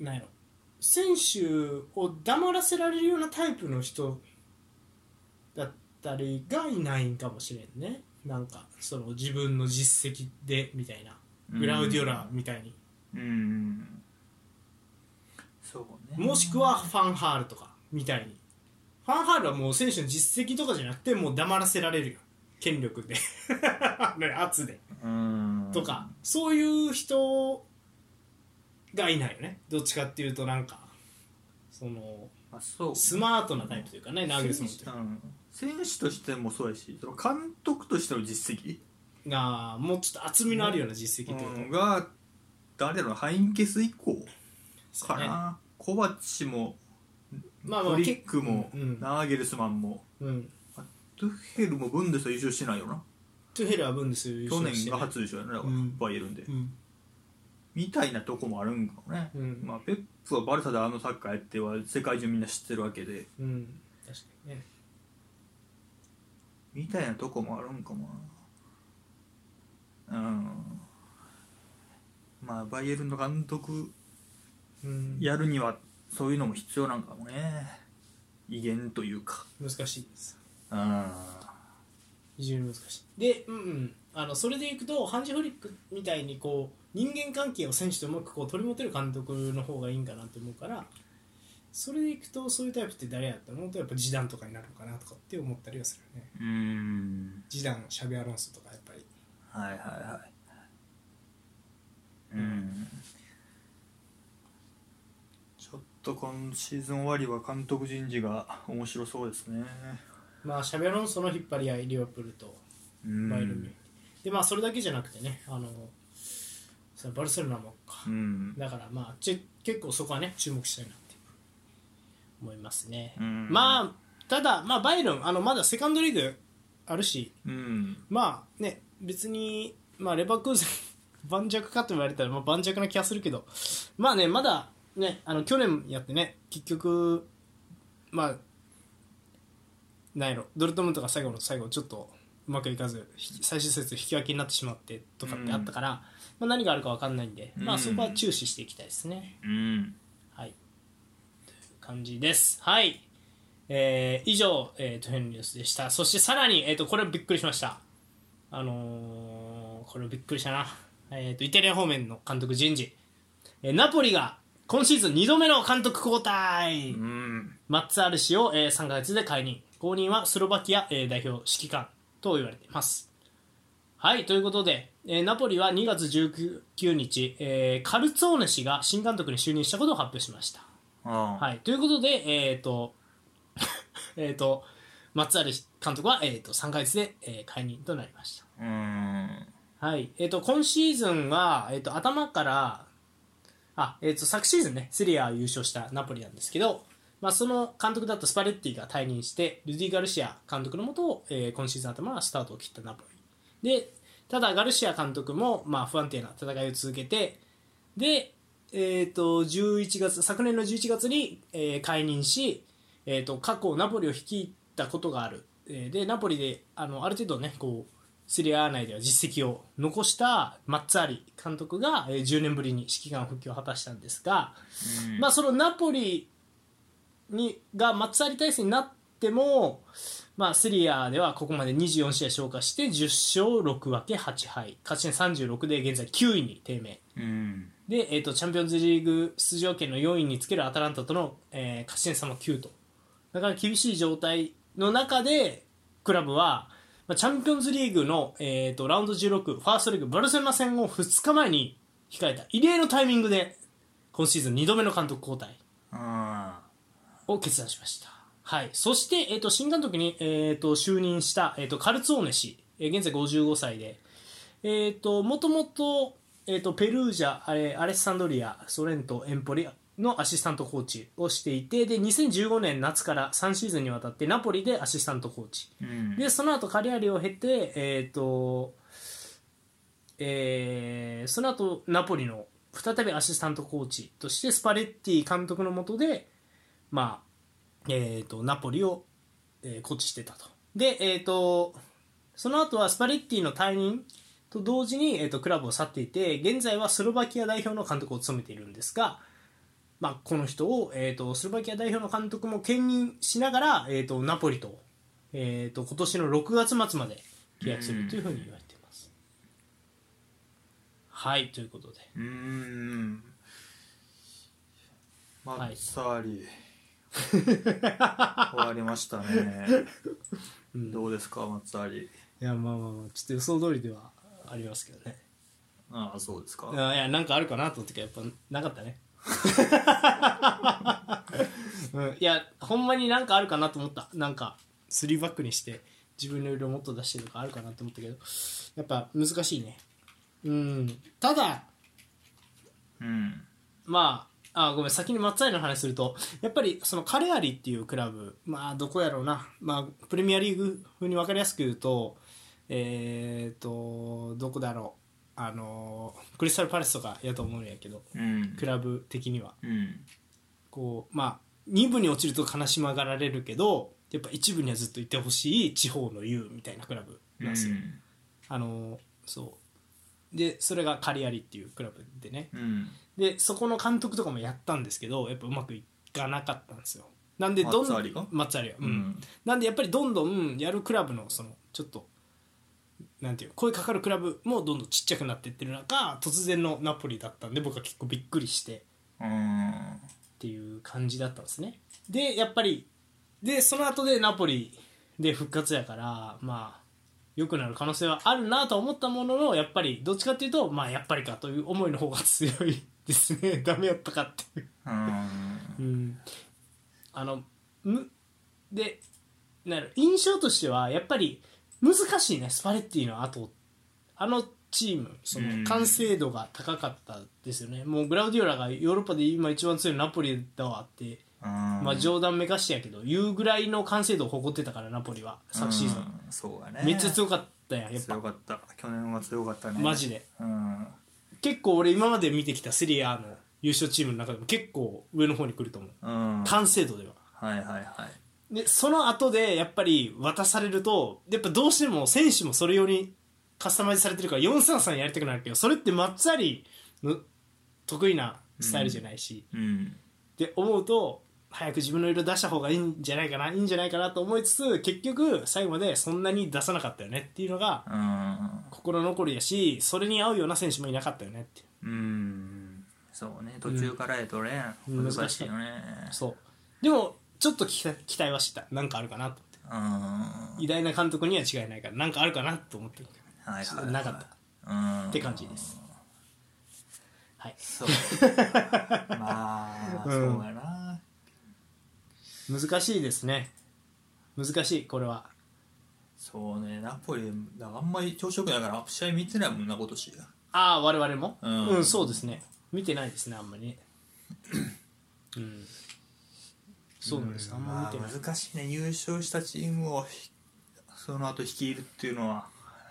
なんやろ選手を黙らせられるようなタイプの人だったりがいないんかもしれんねなんかその自分の実績でみたいな
グラウディオラみたいに、
うんうんそうね
もしくはファンハールとかみたいにファンハールはもう選手の実績とかじゃなくてもう黙らせられるよ権力で あの圧で
うん
とか、そういう人がいないよねどっちかっていうとなんかその
まあそう
スマートなタイプというかねナグルスモンというか
うん選手としてもそうやしその監督としての実績、
がもうちょっと厚みのあるような実績というか、
が誰だろうハインケス以降
そう
か
ね
な、コバチも
まあまあ
フリックも、
結構うん
ナーゲルスマンも
うん
トゥッヘルもブンデスは優勝してないよな
トゥヘルはブンデス優
去
勝し
年
て
が
ね
初優勝やなだから、
うん
バイエルンで、
うん
みたいなとこもあるんかもね、
うん
まあ、ペップはバルサであのサッカーやっては世界中みんな知ってるわけで
うん確かにね
みたいなとこもあるんかもなうんまあバイエルンの監督
うん
やるにはそういうのも必要なんかもね威厳というか
難しいです
うん
非常に難しいでうんうんあのそれでいくとハンジ・フリックみたいにこう人間関係を選手とうまくこう取り持てる監督の方がいいんかなと思うからそれでいくとそういうタイプって誰やったのとやっぱジダンとかになるのかなとかって思ったりはするよね
うん
ジダンシャビアロンソとかやっぱり
はいはいはいうんちょっと今シーズン終わりは監督人事が面白そうですね
まあシャビアロンソの引っ張り合いリオプールと
うん
バイエルンミュンヘンでまあそれだけじゃなくてねあのそれバルセロナもか
うん
だからまあち結構そこはね注目したいなって思いますね、
うん
まあただ、まあ、バイロンあのまだセカンドリーグあるし
うん
まあね別に、まあ、レバークーゼン 盤石かと言われたら、まあ、盤石な気がするけどまあねまだねあの去年やってね結局まあなんやろドルトムントが最後の最後ちょっとうまくいかずひ最終節引き分けになってしまってとかってあったから、まあ、何があるか分かんないんで、ま
う
あ、
ん
そこは注視していきたいですね。
うん
はい。という感じです。はい。えー以上、えー、トヘンニュースでした。そしてさらに、えー、とこれびっくりしました。あのーこれびっくりしたな。えー、とイタリア方面の監督人事。えーナポリが今シーズン2度目の監督交代、
うん
マッツァール氏を、え3ヶ月で解任。後任はスロバキア、えー代表指揮官と言われています。はい、ということで、えーナポリは2月19日、えーカルツォーネ氏が新監督に就任したことを発表しました。
ああ
はい、ということで、えっ、と、 えっと、松有監督は、えー、と3ヶ月で、えー解任となりました。
うん
はい、えっ、と、今シーズンは、えっ、と、頭から、あ、えっ、と、昨シーズンね、セリア優勝したナポリなんですけど、まあ、その監督だったスパレッティが退任して、ルディ・ガルシア監督のもと、えー今シーズン頭はスタートを切ったナポリ。で、ただ、ガルシア監督も、まあ、不安定な戦いを続けて、で、えー、と11月昨年の11月に、えー解任し、えー、と過去ナポリを率いたことがある、えーでナポリであのある程度ねこうセリア内では実績を残したマッツァーリ監督が、えー10年ぶりに指揮官復帰を果たしたんですが、
うん
まあ、そのナポリにがマッツァーリ体制になっても、まあ、セリアではここまで24試合消化して10勝6分け8敗勝ち点36で現在9位に低迷
うん
で、えー、とチャンピオンズリーグ出場権の4位につけるアタランタとの、えー勝ち点差も9となかなか厳しい状態の中でクラブは、まあ、チャンピオンズリーグの、えー、とラウンド16ファーストリーグバルセロナ戦を2日前に控えた異例のタイミングで今シーズン2度目の監督交代
あ
を決断しました、はい、そして、えー、と新監督に、えー、と就任した、えー、とカルツォーネ氏、えー現在55歳で、えー、ともともと,、えー、とペルージャあれアレッサンドリアソレントエンポリのアシスタントコーチをしていてで2015年夏から3シーズンにわたってナポリでアシスタントコーチ
うん
でその後カリアリを経て、えーとえーその後ナポリの再びアシスタントコーチとしてスパレッティ監督のもとで、まあえー、とナポリを、えーコーチしてたと。で、えー、とその後はスパレッティの退任と同時に、えー、とクラブを去っていて現在はスロバキア代表の監督を務めているんですが、まあ、この人を、えー、とスロバキア代表の監督も兼任しながら、えー、とナポリと,、えー、と今年の6月末まで契約するというふうに言われています。はいということで
うーんマッサーリ、終わりましたね、
ん
どうですかマッサーリ
いやまあまあまあちょっと予想通りではありますけどね
ああそうですか
あいやなんかあるかなと思ったけどやっぱなかったね、うん、いやほんまになんかあるかなと思ったなんか3バックにして自分の色をもっと出してとかあるかなと思ったけどやっぱ難しいねうんただ
うん
まあ、あごめん先に松平の話するとやっぱりそのカレアリっていうクラブまあどこやろうな、まあ、プレミアリーグ風に分かりやすく言うとえっ、とどこだろうあのクリスタルパレスとかやと思うんやけど
うん
クラブ的には
うん
こうまあ2部に落ちると悲しまがられるけどやっぱ1部にはずっといてほしい地方の優みたいなクラブなんですよ、あのそうでそれがカレアリっていうクラブでね、
うん
でそこの監督とかもやったんですけどやっぱうまくいかなかったんですよなんでどん
松有が
松有が
う
うん
ん
なんでやっぱりどんどんやるクラブのそのちょっとなんていう声かかるクラブもどんどんちっちゃくなっていってる中突然のナポリだったんで僕は結構びっくりして
うん
っていう感じだったんですねでやっぱりでその後でナポリで復活やからまあ良くなる可能性はあるなとは思ったもののやっぱりどっちかっていうとまあやっぱりかという思いの方が強いですね ダメやったかっていう
うん
うんあのむでなんやろ印象としてはやっぱり難しいねスパレッティの後あのチームそ
うん
の完成度が高かったですよね、もうグラウディオラがヨーロッパで今一番強いナポリだわって、まあ、冗談めかしてやけど言うぐらいの完成度を誇ってたからナポリは昨シーズン、
うんそうだね
めっちゃ強かったやんやっぱ
強かった去年は強かったね
マジで
うん
結構俺今まで見てきたセリアの優勝チームの中でも結構上の方に来ると思う
うんはい
完成度では
はいはい
でその後でやっぱり渡されるとやっぱどうしても選手もそれ用にカスタマイズされてるから433やりたくなるけどそれってマッツァリの得意なスタイルじゃないし、
うん
って思うと早く自分の色出した方がいいんじゃないかないいんじゃないかなと思いつつ結局最後までそんなに出さなかったよねっていうのが
うん
心残りやしそれに合うような選手もいなかったよねっていう
うんそうね途中からやとね
うん
難しいよね
そうでもちょっと期待期待はしてたなんかあるかなと思って
うんは
偉大な監督には違いないからなんかあるかなと思ってるけど
いはい
ちょっ
は
と
い
なかった
うん
って感じです。はい、
そうまあそうやな
難しいですね。難しい、これは。
そうねナポリだからあんまり調子よくないから試合見てないもんな今年
ああ、我々も、
う
うんん、そうですね。見てないですね、あんまりね。うん。そうなんです、あんま見てない
まあ。難しいね優勝したチームをひその後率いるっていうのは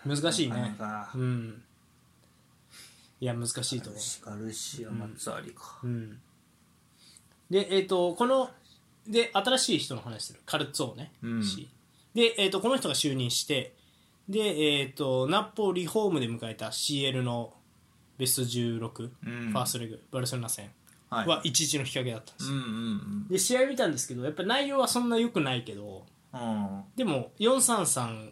難しい
な
ね
か。なか
うん。いや、難しいと思う。
ガルシア・マッツァーリか
うん。で、えっ、と、この、で、新しい人の話する。カルツォーね。
うん
しで、えっ、と、この人が就任して、で、えっ、と、ナポリホームで迎えた CL のベスト16、
うん
ファーストレグ、バルセロナ戦
はい
は1日の引き分けだったんで
う
す
ん
よ、
うん
で、試合見たんですけど、やっぱ内容はそんな良くないけど、
うんうん
でも433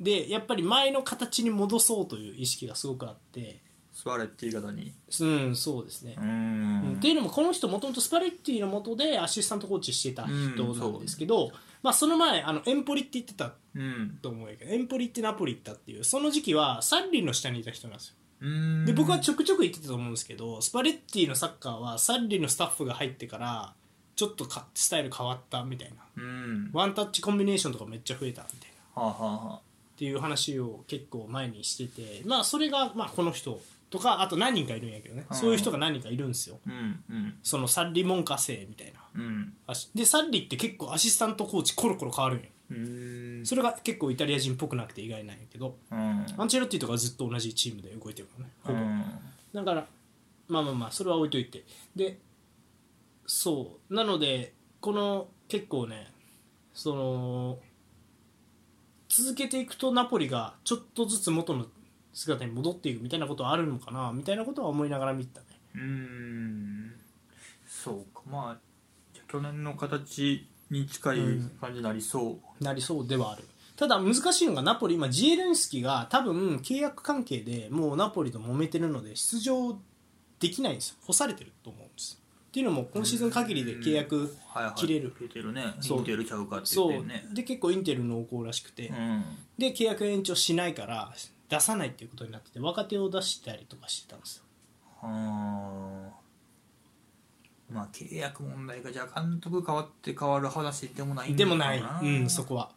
で、やっぱり前の形に戻そうという意識がすごくあって、
スワレって言い方に
うん、そうですね
う。
うん
ん
っていうのもこの人もともとスパレッティの元でアシスタントコーチしてた人なんですけど、まあ、その前あのエンポリって言ってた
うん
と思うんやけどエンポリってナポリ行ったっていうその時期はサッリーの下にいた人なんですよ
うん
で僕はちょくちょく行ってたと思うんですけどスパレッティのサッカーはサッリーのスタッフが入ってからちょっとかスタイル変わったみたいな
うんは
ワンタッチコンビネーションとかめっちゃ増えたみたいな
あはあは
っていう話を結構前にしててまあそれがまあこの人とかあと何人かいるんやけどね
うん
そういう人が何人かいるんですよ
あうんうん
そのサッリー文化生みたいな
うん
あしでサッリって結構アシスタントコーチコロコロ変わるんよ
うん
それが結構イタリア人っぽくなくて意外なんやけど
うん
アンチェロッティとかはずっと同じチームで動いてるからねほぼ、
う
だ
ん
からまあまあまあそれは置いといてでそうなのでこの結構ねその続けていくとナポリがちょっとずつ元の姿に戻っていくみたいなことはあるのかなみたいなことは思いながら見てたね
うーんそうかまあじゃあ去年の形に近い
うん
感じになりそう
なりそうではあるただ難しいのがナポリ今ジエレンスキが多分契約関係でもうナポリと揉めてるので出場できないんですよ干されてると思うんですよっていうのも今シーズン限りで契約
はいはい、
切れる
切れてるね
そう
インテルちゃうかって言
そ
って
う
るね
で結構インテル濃厚らしくて
うん
で契約延長しないから出さないっていうことになってて若手を出したりとかしてたんですよ
はーまあ契約問題がじゃあ監督変わって変わる話でもないん
で
だ
も
ろう
ない、うん、そこは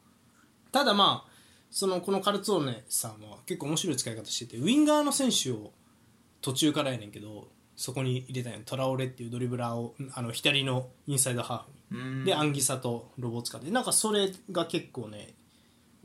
ただまあそのこのカルツォーネさんは結構面白い使い方しててウィンガーの選手を途中からやねんけどそこに入れたんやトラオレっていうドリブラーをあの左のインサイドハーフに
うん
でアンギサとロボツカでなんかそれが結構ね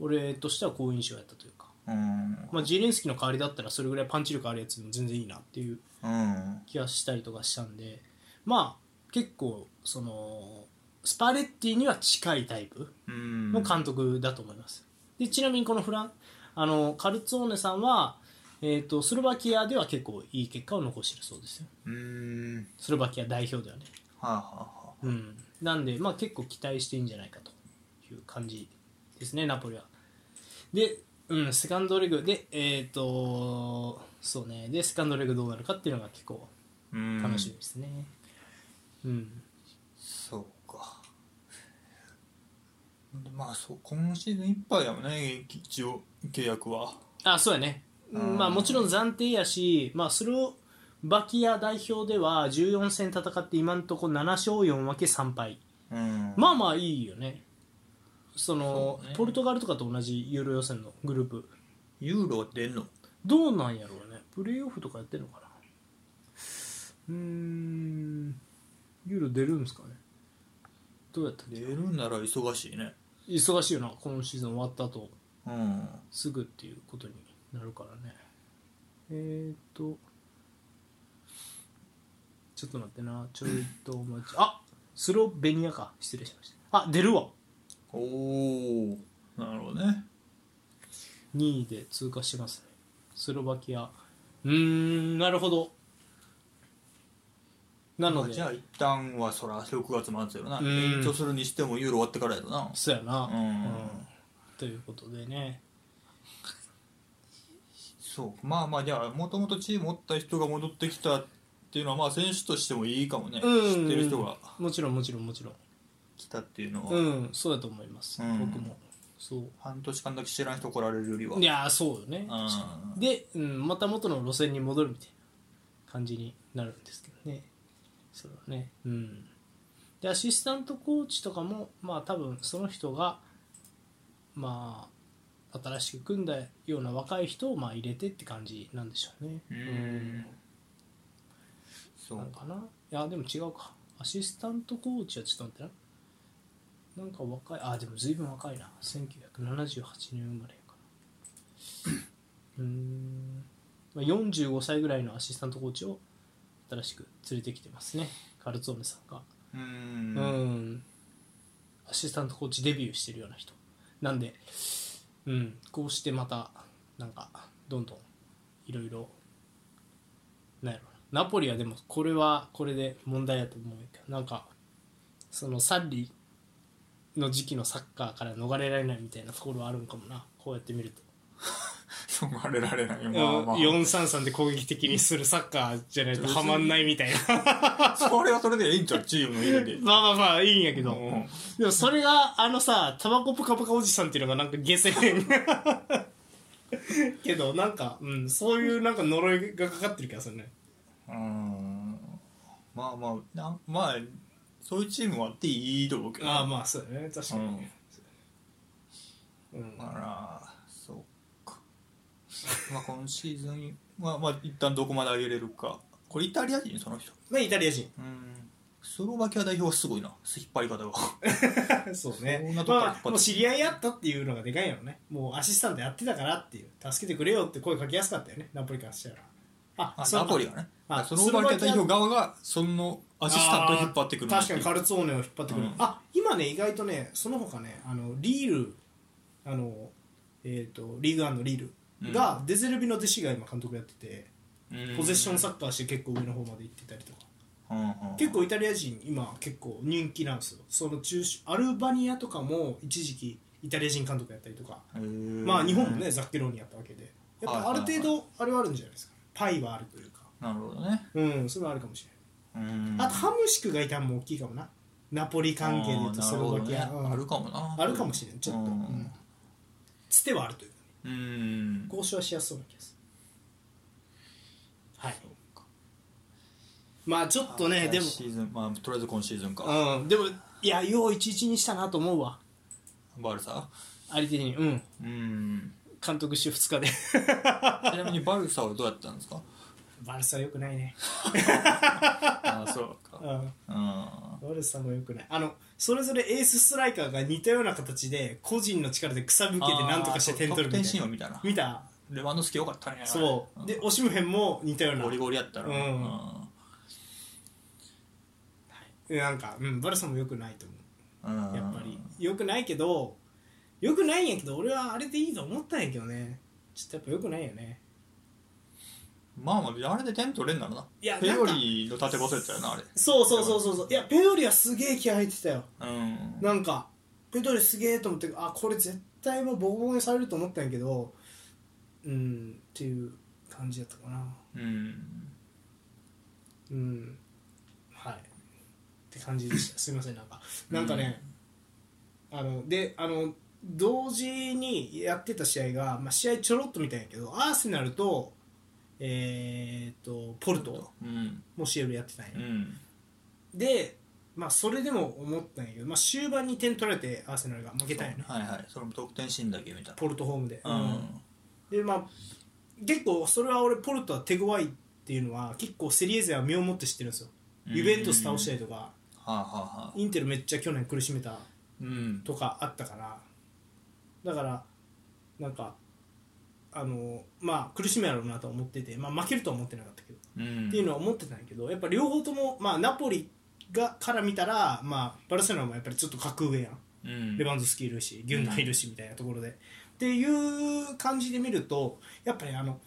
俺としては好印象やったというか、
うん
まあ、ジーレンスキーの代わりだったらそれぐらいパンチ力あるやつでも全然いいなっていう
うん
気がしたりとかしたんでまあ結構そのスパレッティには近いタイプ
うん
の監督だと思います。でちなみにこのフランあのカルツォーネさんは、えー、とスロバキアでは結構いい結果を残してるそうですよ
うんはい
スロバキア代表ではね。
はいは
うん、なんで、まあ、結構期待していいんじゃないかという感じですねナポリは。で、うん、セカンドレグでえっ、とそうねでセカンドレグどうなるかっていうのが結構
いうん
楽しみですね。うん
そうかまあそう今シーズンいっぱいだもんね一応契約は
あそうやね、
うん
まあ、もちろん暫定やし、まあ、スロバキア代表では14戦戦って今のところ7勝4分け3敗
うん
まあまあいいよねその
そうね
ポルトガルとかと同じユーロ予選のグループ
ユーロは出んの
どうなんやろうねプレーオフとかやってるのかなうーんユーロ出るんですかねどうやったっけ
出るなら忙しいね
忙しいよな今シーズン終わった後
うん
すぐっていうことになるからねえー、っとちょっと待ってなちょいとお待ちあスロベニアか失礼しましたあ出るわ
おおなるほどね
2位で通過してますねスロバキアうーんなるほどなの
まあ
で
じゃあ一旦はそら6月末やろな
うん
延長するにしてもユーロ終わってからやろな
そうやな
うん
ということでね
そうまあまあじゃあもともとチームおった人が戻ってきたっていうのはまあ選手としてもいいかもね、
うん
知ってる人が
もちろんもちろんもちろん
来たっていうのは、
うんそうだと思います、
うん
僕もそう
半年間だけ知らん人来られるよりはい
やーそうよね
うん
で、うん、また元の路線に戻るみたいな感じになるんですけどねそれはねうんでアシスタントコーチとかもまあ多分その人がまあ新しく組んだような若い人をまあ入れてって感じなんでしょうね
うんそう
なんかないやでも違うかアシスタントコーチはちょっと待ってななんか若いあでも随分若いな1978年生まれやからうーんまあ45歳ぐらいのアシスタントコーチを新しく連れてきてますねカルツォーネさんが
う
うんんアシスタントコーチデビューしてるような人なんでうんこうしてまたなんかどんどんいろいろなんやろなナポリはでもこれはこれで問題やと思うけどなんかそのサッリの時期のサッカーから逃れられないみたいなところはあるんかもなこうやって見ると、
そうあれられないよまあまあ
433で攻撃的にするサッカーじゃないとはまんないみたい な
それはそれでええんちゃうチームの家で
まあまあまあいいんやけど、
うん
でもそれがあのさタバコプカプカおじさんっていうのがなんか 下世けどなんか、うん、そういうなんか呪いがかかってる気がするね
うんまあまあなまあそういうチームはあっていいと思うけど
ああまあそうだね確か
う
に、
ん
うん
あらそうかまあ今シーズンまあまあ一旦どこまで上げれるかこれイタリア人その人
まあイタリア人
うんスロバキア代表はすごいな引っ張り方が
そうね
そんなとこか
ま
ら引っ張って
あもう知り合いやったっていうのがでかいよねもうアシスタントやってたからっていう助けてくれよって声かけやすかったよねナポリからしたらあ
あ
そう
ナ
か
ポリがね
あ
スロバキア
ス
代
ロ
表側がそのアシスタントを引っ張ってくる
あー確かにカルツォーネを引っ張ってくる、
うん
あ今ね意外とねその他ねあのリールあのえっ、とリーグワンのリールが、デゼルビの弟子が今監督やってて、ポゼッションサッカーして結構上の方まで行ってたりとか、結構イタリア人今結構人気なんですよその中心アルバニアとかも一時期イタリア人監督やったりとか、ま
ま
あ日本もねザッケローニやったわけでやっぱある程度あれはあるんじゃないですかパイはあるというか
なるほどね
うんそれはあるかもしれ
うん
ないあとハムシクがいたのも大きいかもなナポリ関係で言うと
あー
ス
なる
ロ
ほ
バ
ど
キ
ね
アうん
あるかもな
あるかもしれんちょっと、うん
うん
つてはあるというかね
うん
交渉はしやすそうな気がするはいまあちょっとねでも
シーズンまあとりあえず今シーズンか
うん、でもいやよう11にしたなと思うわ
バルサ
あり的にうん
うん
監督して2日で
ちなみにバルサはどうやったん ですか
バルサよくないね、
ああそうか
うん、
うん
バルサもよくないあのそれぞれエーススライカーが似たような形で個人の力で草ぶけてなんとかして点取るみた
みたい
い
なシーン
な
を見たな
見た
レバンドフスキ良かったね
そうでオシムヘンも似たような
ゴリゴリやったら
うん
うん
なんか、うん、バルサもよくないと思
うん
うやっぱりよくないけどよくないんやけど俺はあれでいいと思ったんやけどねちょっとやっぱよくないよね
まあまああれで点取れんならない
や
ペヨリの縦パスやったよなあれ
そうそうそうそうそういやペドリはすげえ気合入ってたよ
うん
なんかペドリすげえと思ってあこれ絶対もうボコボコにされると思ったんやけどうんっていう感じだったかな
うん
うんはいって感じでしたすいませんなんかなんかね、あのであの同時にやってた試合が、まあ、試合ちょろっと見たんやけどアーセナルとえー、とポルト
うん
も CM やってたんや、
うん
で、まあ、それでも思ったんやけど、まあ、終盤に点取られてアーセナルが負けたんやね
はいはいそれも得点シーンだけ見た
ポルトホームで、
うん
でまあ結構それは俺ポルトは手強いっていうのは結構セリエ勢は身をもって知ってるんですよユベントス倒したりとか
はあはあはあ
インテルめっちゃ去年苦しめた
うん
とかあったからだからなんかあのまあ苦しめやろうなとは思ってて、まあ、負けるとは思ってなかったけど、
うん
っていうのは思ってたんやけどやっぱ両方とも、まあ、ナポリがから見たら、まあ、バルセロナもやっぱりちょっと格上やん
うん
レバンドフスキーいるしギュンダンいるしみたいなところで、っていう感じで見るとやっぱりあの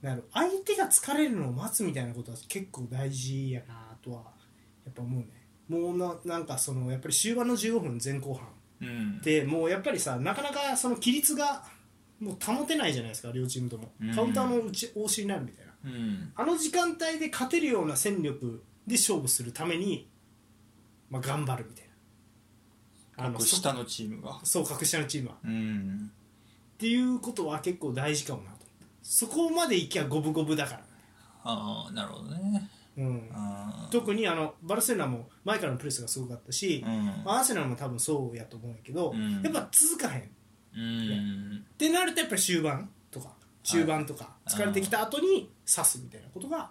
なんやろ相手が疲れるのを待つみたいなことは結構大事やなとはやっぱ思うねもうななんかそのやっぱり終盤の15分前後半
うん
でもうやっぱりさなかなかその規律がもう保てないじゃないですか両チームとも
うん
カウンターのうち応酬になるみたいな
うん
あの時間帯で勝てるような戦力で勝負するために、まあ、頑張るみたいなあの
各
そ
下のチームが
そう格下のチームはっ
うん
ていうことは結構大事かもなとそこまでいきゃ五分五分だか
ああなるほどね
ら、うん、
あー
特にあのバルセロナも前からのプレスがすごかったし
う、ん
まあアーセナルも多分そうやと思うんやけど、
うん
やっぱ続かへんっ
うん
てなるとやっぱり終盤とか中盤とか
い
疲れてきた後に刺すみたいなことが、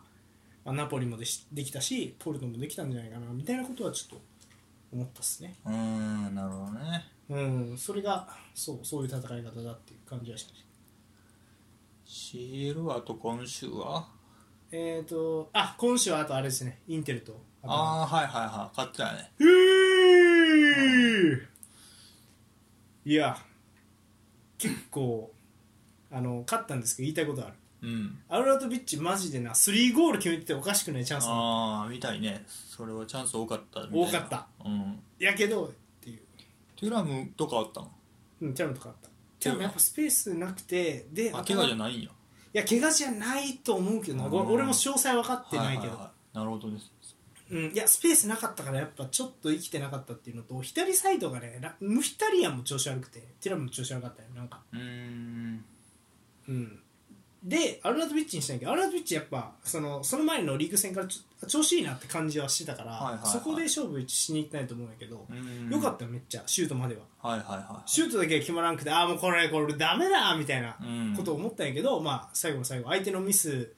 まあ、ナポリもでしできたしポルトもできたんじゃないかなみたいなことはちょっと思ったっすね
うんなるほどね
うんそれがそうそういう戦い方だっていう感じはしました
シエルはと今週は
えっ、ー、と、あ、今週はあとあれですね、インテルと。
ああーはいはいはい勝ってたね
とへーいや、結構、あの、勝ったんですけど、言いたいことある。
うん
アルラトビッチ、マジでな、3ゴール決めてておかしくないチャンスなの
ああみたいねそれはチャンス多かったみいな
多か
うん
やけど、っていう。
テュラムとかあったの
うん、チャムとかあった。チャムやっぱスペースなくて、で、
あ怪我じゃ
い
ないんや
や、怪我じゃないと思うけどな、
うん
ご俺も詳細分かってないけど。
はははいなるほどです
うん、いやスペースなかったからやっぱちょっと生きてなかったっていうのと左サイドがねラムヒタリアンも調子悪くてティラムも調子悪かったよなんか、
うーん
うん、でアルナトビッチにしたんやけどアルナトビッチやっぱそのその前のリーグ戦からちょ調子いいなって感じはしてたから、
はいはいはい
そこで勝負しに行ったんやと思うんやけど
う、ーん
よかったよめっちゃシュートまでは
はいはいはい
シュートだけは決まらんくてああもうこれこれダメだみたいな
うん
ことを思ったんやけど、まあ最後の最後相手のミス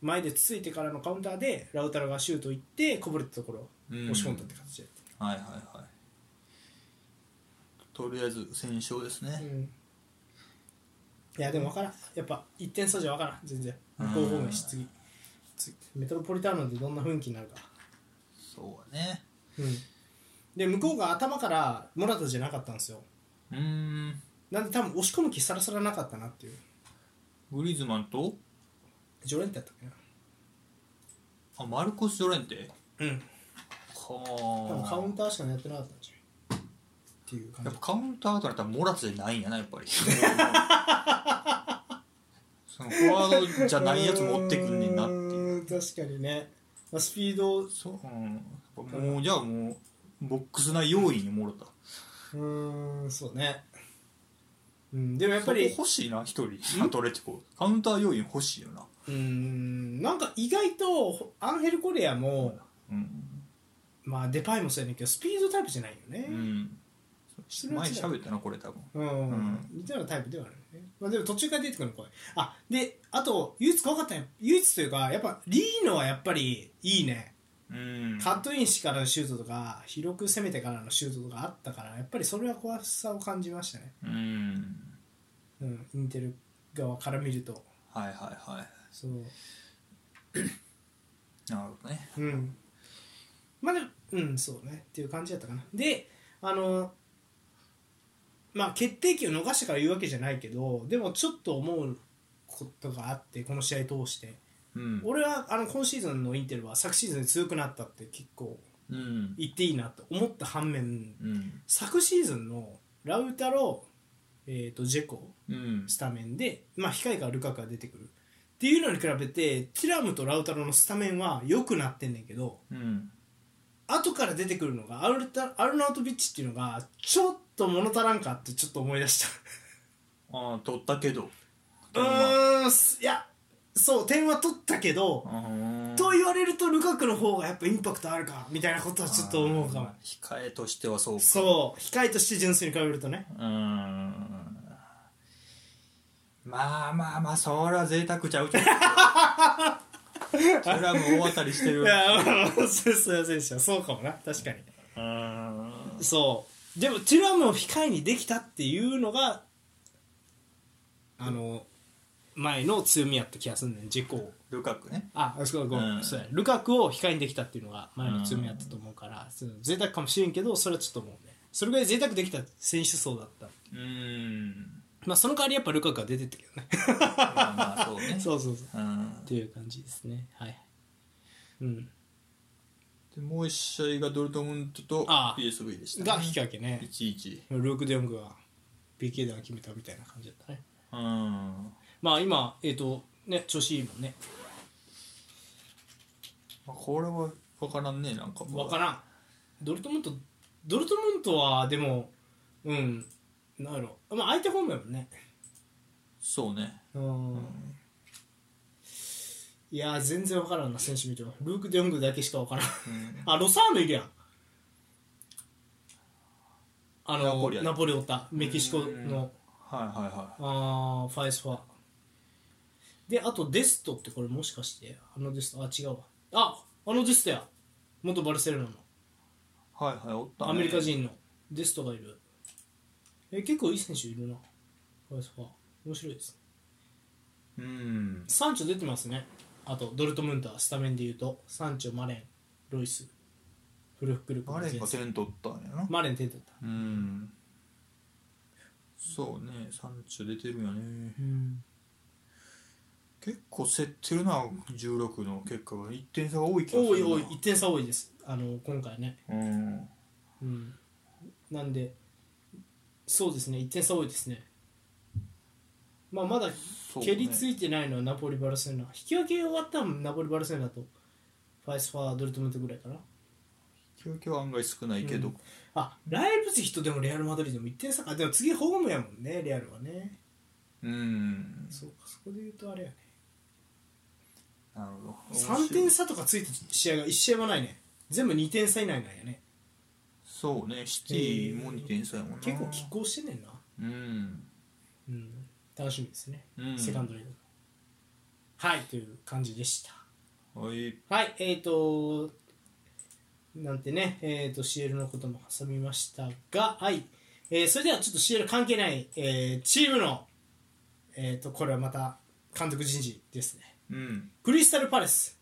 前でつついてからのカウンターでラウタロがシュート行ってこぼれたところを押し込んだって形で。
はいはいはいとりあえず戦勝ですね、
うんいやでも分からんやっぱ1点差じゃ分からん全然
うん
向こう方面し次次メトロポリターノでどんな雰囲気になるか、
そうね
うん、で向こうが頭からモラタじゃなかったんですよ
うーん
なんで多分押し込む気さらさらなかったなっていう
グリーズマンと
ジョレンテやったっけな
あマルコス・ジョレンテ
うん
は
多分カウン
あ
ターしかやってなかったんじゃないっていう感
やっ
じ
ぱカウンターとなったらモラツじゃないんやなやっ ぱりそのフォワードじゃないやつ持ってくんねんなっていう
うーん確かにね、まあ、スピードう
そう、うん、やっぱもうじゃあもうボックスな用意にもろた
ーんそうね、うん、でもや
や
っ
っ
ぱ
ぱり
り
欲しいな一人アトレティコカウンター要員欲しいよな
うーんなんか意外とアンヘル・コレアも、
うん、
まあデパイもそうやねんけどスピードタイプじゃないよね
うん、
それは
前
違う
喋ったなこれ多分
うん、
うん
似たようなタイプではあるよね、まあ、でも途中から出てくるの怖いあであと唯一怖かったんや唯一というかやっぱリーノはやっぱりいいね
うん
カットインしからのシュートとか広く攻めてからのシュートとかあったからやっぱりそれは怖さを感じましたね、
うん
うん、インテル側から見ると
はいはいはい
そう
なるほどね
うんまあでもうんそうねっていう感じだったかなであのまあ決定機を逃したから言うわけじゃないけどでもちょっと思うことがあってこの試合通して
うん
俺はあの今シーズンのインテルは昨シーズンに強くなったって結構
うん
言っていいなと思った反面
うん
昨シーズンのラウタロ、えー、とジェコ
うん
スタメンで、まあ、控えからルカクが出てくるっていうのに比べてティラムとラウタロのスタメンは良くなってんねんけど
うん
後から出てくるのがアルタアルナウトビッチっていうのがちょっと物足らんかってちょっと思い出し
ああ取ったけど
た うーんすいやそう点は取ったけど、
うん
と言われるとルカクの方がやっぱインパクトあるかみたいなことはちょっと思うかも
あー控えとしてはそうか
そう控えとして純粋に比べるとね
うーんまあまあまあそりゃ贅沢ちゃうちゃ うそれはもう大当たりしてる
いやまあまあそうそうそうでしたそうかもな確かに
うーん
そうでもテュラムを控えにできたっていうのがあの前の強みやった気がするねんジェコを
ルカクね
あそうごめん
うん
そうやルカクを控えにできたっていうのが前の強みやったと思うから、そう贅沢かもしれんけどそれはちょっと思うねそれぐらい贅沢できた選手層だった
うーん
まあその代わりやっぱルカクは出てったけどね
まあまあそうね
そうそうそう
う
っ
ん
ていう感じですねはいうん
でもう一試合がドルトムントと
ああ
PSV でした、
が引き分けね
1-1
ルーク・デヨングが PK で決めたみたいな感じだったね
うん
まあ今えっ、とね調子いいもんね
まあこれは分からんねなんか
分からんドルトムントドルトムントはでもうんなんやろまあ相手方面もんね
そうね
うん、いやー全然分からんな選手見てもルーク・デヨングだけしか分からん
うん
あロサーノいるやんあの
ナポリやね
ナポリおったメキシコの
はいはいはい
あーファイスファであとデストってこれもしかしてあのデストあ違うわああのデストや元バルセロナの
はいはいおった、ね、
アメリカ人のデストがいるえ結構いい選手いるなファイスファ面白いですね
うん
サンチョ出てますねあとドルトムンタースタメンでいうとサンチョマレンロイスフルフックルク
バレンが点取ったんやな
マレン出てた
うんそうねサンチョ出てるよね
うん
結構競ってるな16の結果が1点差が多い気がす
多い
るな
多い1点差多いですあの今回ね
うん
うん、なんでそうですね1点差多いですね、まあ、まだ
そうね
蹴りついてないのはナポリ・バルセロナ、引き分け終わったらナポリ・バルセロナとファイスファードルトムントぐらいかな
今日は案外少ないけど、
あライブツィヒとでもレアル・マドリーでも1点差かでも次ホームやもんねレアルはね
うん、
そうかそこで言うとあれやね
なるほど
3点差とかついて試合が1試合もないね全部2点差以内なんやね
そうねシティも2点差やもんな
結構拮抗してんねんな
うん
うん楽しみですね、
うん
セカンドリーグはいという感じでした
はい
はい、えっ、と、なんてね、えっ、と、CL のことも挟みましたが、はい、えーそれではちょっと CL 関係ない、えーチームの、えっ、と、これはまた監督人事ですね。
うん
クリスタルパレス、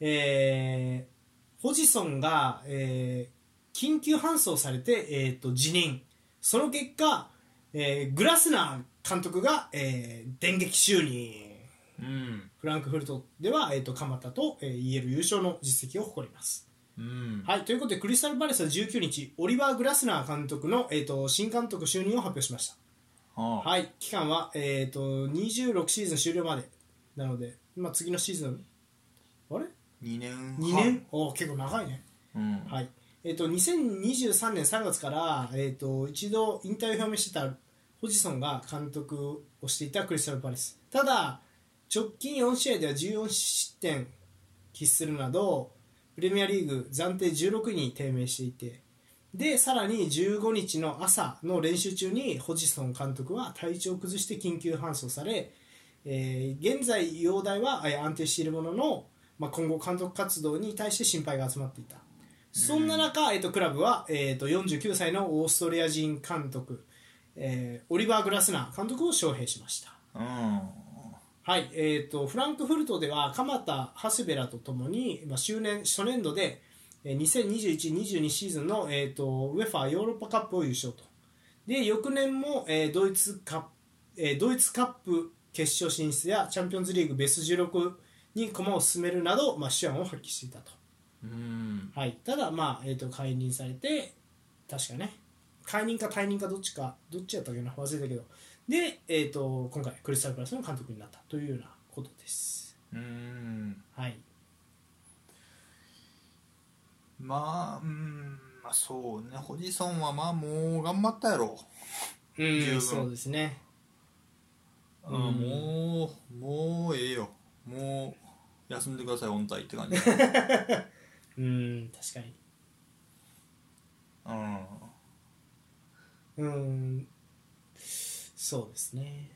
えーホジソンが、えー緊急搬送されて、えー、と辞任その結果、えーグラスナー監督が、えー電撃就任
うん
フランクフルトでは、えー、と蒲田と、えー、EL 優勝の実績を誇ります
うん
はい、ということでクリスタル・パレスは19日オリバー・グラスナー監督の、えー、と新監督就任を発表しました
ああ
はい、期間は、えー、と26シーズン終了までなので、まあ、次のシーズンあれ
2年
2年おー結構長いね、
うん
はいえー、と2023年3月から、えー、と一度引退を表明してたホジソンが監督をしていたクリスタル・パレスただ直近4試合では14失点喫するなどプレミアリーグ暫定16位に低迷していてでさらに15日の朝の練習中にホジソン監督は体調を崩して緊急搬送され、えー現在容体はえー安定しているものの、まあ、今後監督活動に対して心配が集まっていたそんな中、えー、とクラブは、えー、と49歳のオーストリア人監督、えーオリバー・グラスナー監督を招聘しました
うん
はいえー、とフランクフルトでは鎌田、長谷部らとともに、まあ、周年初年度でえー2021-22シーズンの、えー、とウェファーヨーロッパカップを優勝とで翌年も、えードイツカップえードイツカップ決勝進出やチャンピオンズリーグベスト16に駒を進めるなど、まあ、手腕を発揮していたと、
うん
はい、ただ、まあえー、と解任されて確かね解任か退任かどっちかどっちやったっけな忘れたけどで、えー、と今回クリスタル・パレスの監督になったというようなことです
うん
はい
まあうんまあそうねホジソンはまあもう頑張ったやろ
うん
十分
そうですね
ああもうもうええよもう休んでください音体って感じ
うん確かに
うん
うんそうですね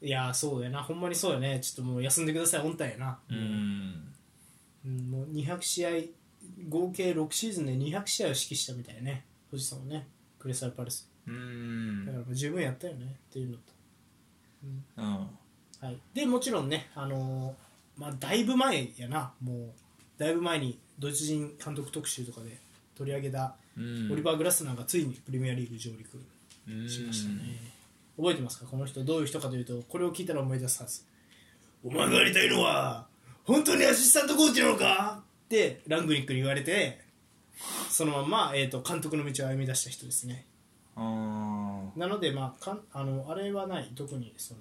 いやーそうやなほんまにそうやねちょっともう休んでくださいオンタイやな
うん
うんもう200試合合計6シーズンで200試合を指揮したみたいね藤さんはねクリスタル・パレス
う
だ
ん
からもう十分やったよねっていうのと、
うん
はい、でもちろんねあのーまあだいぶ前やなもうだいぶ前にドイツ人監督特集とかで取り上げた
うん
オリバー・グラスナーがついにプレミアリーグ上陸しましたね、覚えてますかこの人どういう人かというとこれを聞いたら思い出すはずお前がやりたいのは本当にアシスタントコーチなのかってラングニックに言われてそのまんま、えー、と監督の道を歩み出した人ですね
うん
なのでまあかんあのあれはない特にその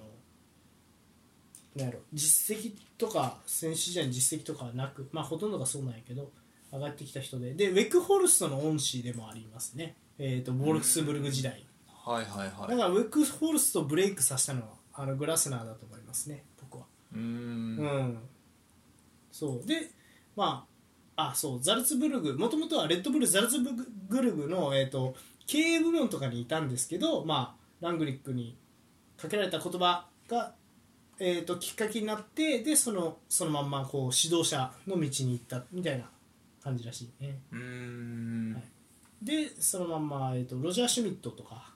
なんやろ実績とか選手時代の実績とかはなくまあほとんどがそうなんやけど上がってきた人ででウェクホルストの恩師でもありますねえっ、とボルクスブルグ時代、
はいはいは
だ
い
からウェクホルストをブレイクさせたのはあのグラスナーだと思いますね僕は
う
うんんそうでまああそうザルツブルグもともとはレッドブルザルツブルグの、えー、と経営部門とかにいたんですけど、まあ、ラングリックにかけられた言葉が、えー、ときっかけになってでそのそのまんまこう指導者の道に行ったみたいな感じらしいね
うん
はいでそのまんま、えー、とロジャー・シュミットとか、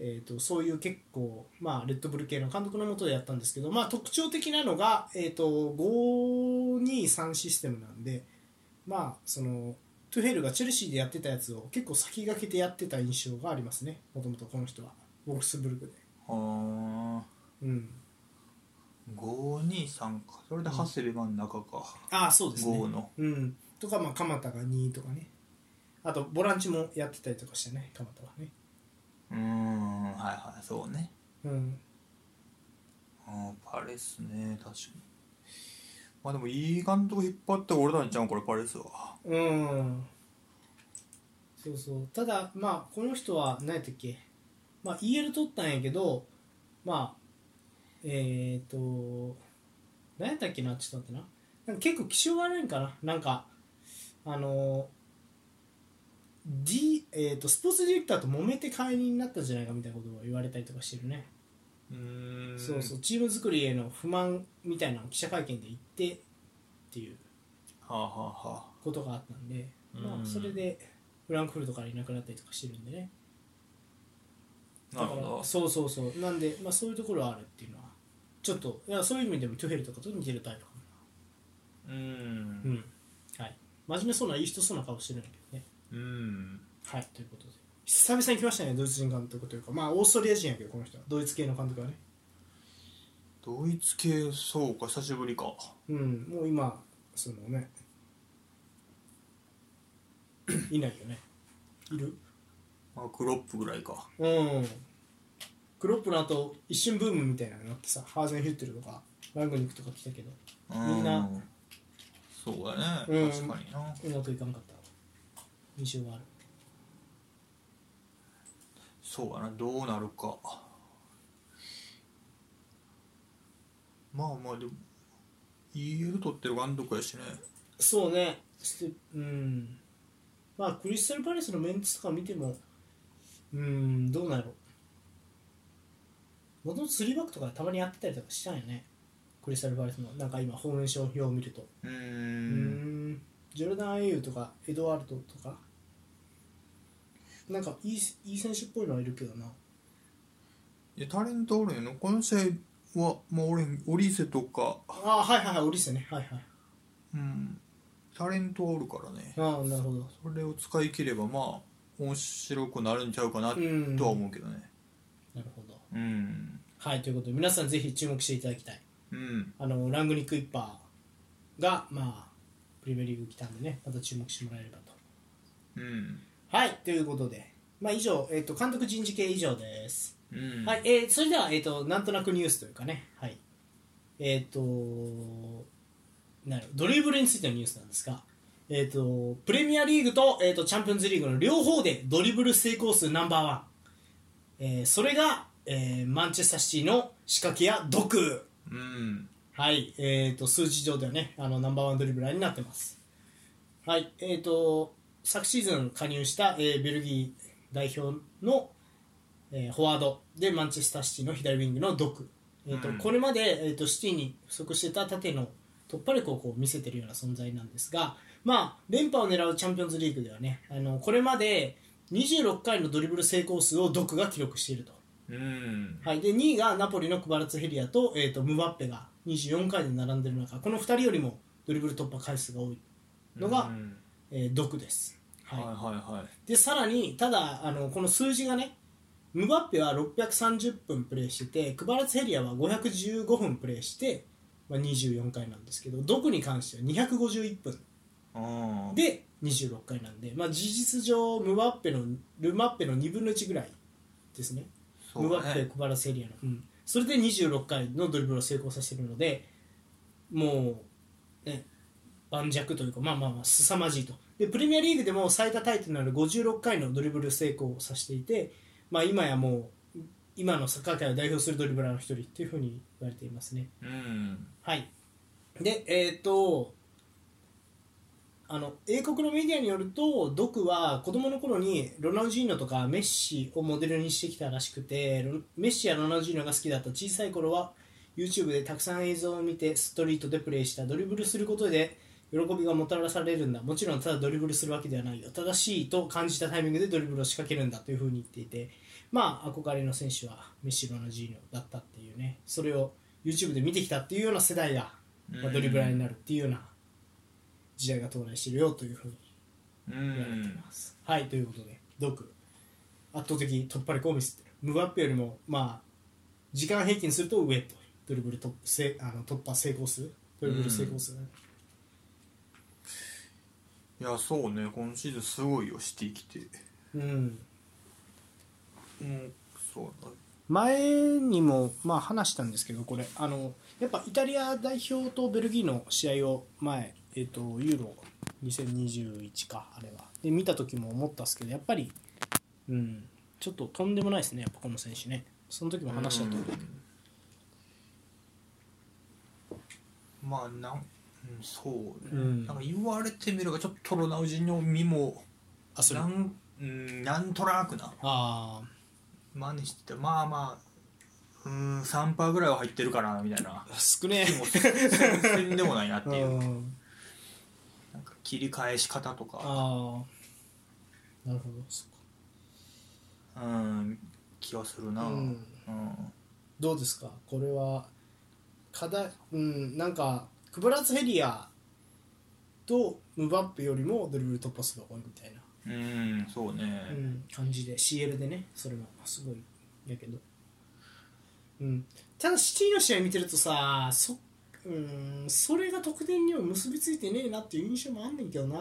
えー、とそういう結構、まあ、レッドブル系の監督のもとでやったんですけど、まあ、特徴的なのが、えー、と523システムなんで、まあ、そのトゥヘルがチェルシーでやってたやつを結構先駆けてやってた印象がありますねもともとこの人はボルクスブルクで。
はあ
うん、
523かそれで長谷部が中か
ああそうですね
5の
うん、とか、まあ、鎌田が2とかねあとボランチもやってたりとかしてね鎌田はね、
うんはいはいそうね
うん、
うんパレスね確かにまあでもいい監督引っ張って俺たんちゃうんこれパレスは
うんそうそうただまあこの人は何やったっけまあ EL 取ったんやけどまあえっ、と何やったっけなちょっと待ってななんか結構気性悪いんかななんかあの D えー、とスポーツディレクターと揉めて解任になったんじゃないかみたいなことを言われたりとかしてるね、
うん
そうそうチーム作りへの不満みたいなのを記者会見で言ってっていう
はあはあはあ
ことがあったんで、
う
ま
ん
あ、それでフランクフルトからいなくなったりとかしてるんでねだ
なる
か
ほど
らそうそうそうなんで、まあ、そういうところはあるっていうのはちょっといやそういう意味でもトゥヘルとかと似てるタイプかも
う
なうんんはい真面目そうないい人そうな顔してるんだけどね
うん
はいということで久々に来ましたねドイツ人監督というかまあオーストリア人やけどこの人はドイツ系の監督はね
ドイツ系そうか久しぶりか
うんもう今そのね
いないよねいる
まあ、クロップぐらいか
うんクロップの後一瞬ブームみたいなのになってさハーゼンヒュッテルとかラングニックとか来たけど
み
んな
そうだね、
うん
確かにな
うまくいかなかった印象がある
そうだなどうなるかまあまあでも EL 取ってる監督やしね
そうねしてうんまあクリスタル・パレスのメンツとか見てもうんどうなんやろもともと3バックとかたまにやってたりとかしたんよねクリスタル・パレスのなんか今フォーメーション表を見ると
うー
うー
ん
んジョルダン・アイユーとかエドワルドとかなんかいいいい選手っぽいのはいるけどない
やタレントおるんやなこの試合はまあ俺オリーセとか
ああはいはいはいオリスねはいはい
うんタレントおるからね
ああなるほど
それを使い切ればまあ面白くなるんちゃうかな
うん
とは思うけどね
なるほど
うん
はいということで皆さんぜひ注目していただきたい
うん
あのラングニック・イッパーが、まあ、プレミアリーグ来たんでねまた注目してもらえればと。
うん
はいということで、まあ、以上、えっと監督人事系以上です、
うん
はいえーそれでは、えっとなんとなくニュースというかね、はいえっとなるドリブルについてのニュースなんですが、えっとプレミアリーグと,、えっとチャンピオンズリーグの両方でドリブル成功数ナンバーワン、えーそれが、えーマンチェスターシティの仕掛けや毒。
うん
はい、えー、と数字上ではねあのナンバーワンドリブラーになってます。はい、えー、と昨シーズン加入した、えーベルギー代表の、えーフォワードでマンチェスターシティの左ウィングのドク、えーと
うん
これまで、えー、とシティに不足してた縦の突破力をこう見せてるような存在なんですが、まあ、連覇を狙うチャンピオンズリーグではねあのこれまで26回のドリブル成功数をドクが記録していると。
うん
はい、で2位がナポリのクバラツヘリアと,、えー、とムバッペが24回で並んでる中この2人よりもドリブル突破回数が多いのが、
うん
えー毒です、
はいは
はい
はい
い、でさらにただあのこの数字がねムバッペは630分プレーしててクバラツヘリアは515分プレーして、まあ、24回なんですけど毒に関しては251分
あー
で26回なんで、まあ、事実上ムバッペのルマッペの2分の1ぐらいですね
そう
ムバ
だ
ッペ、
ね
クバラセリアの、うん、それで26回のドリブルを成功させてるのでもうね盤石というかまあまあまあ凄まじいとでプレミアリーグでも最多タイトルのある56回のドリブル成功をさせていて、まあ、今やもう今のサッカー界を代表するドリブラーの一人っていうふうに言われていますね
うん
はいでえっ、とあの英国のメディアによるとドクは子供の頃にロナウジーノとかメッシをモデルにしてきたらしくてロメッシやロナウジーノが好きだった小さい頃は YouTube でたくさん映像を見てストリートでプレーしたドリブルすることで喜びがもたらされるんだもちろんただドリブルするわけではないよ正しいと感じたタイミングでドリブルを仕掛けるんだというふうに言っていてまあ憧れの選手はメッシロナウジーノだったっていうねそれを YouTube で見てきたっていうような世代が、まあ、ドリブラーになるっていうような時代が到来してるよというふうに
う
言われてい
ん
ます、はいということでドク圧倒的に突破力を見せてるムバッペよりもまあ時間平均すると上というドリブル突せあの突破成功数ドリブル成功数がね、
いやそうね今シーズンすごいよシティ来て
うん
うんそうだ
前にもまあ話したんですけどこれあのやっぱイタリア代表とベルギーの試合を前、えっとユーロ2021かあれはで見た時も思ったんですけどやっぱり、うん、ちょっととんでもないですねやっぱこの選手ねその時も話したと思う
うんまあなん、うん、そうね、
うん
なんか言われてみればちょっとロナウジーニョ身も
あそれ
なん、うん、なんとなくな
あ
真似しててまあまあうん3パーぐらいは入ってるかなみたいな
あ少 ね
もう全然でもないなって
え
いう
うん
なんか切り返し方とか
ああなるほどそっか
うん気はするな
うん
うん
どうですかこれは課題うんなんかクブラツヘリアとムバッペよりもドリブル突破数が多いみたいな、
うんそう
う
ね、
ん、感じで CL でねそれもすごいやけど、うん、ただシティの試合見てるとさそ,、うん、それが得点には結びついてねえなっていう印象もあんねんけどな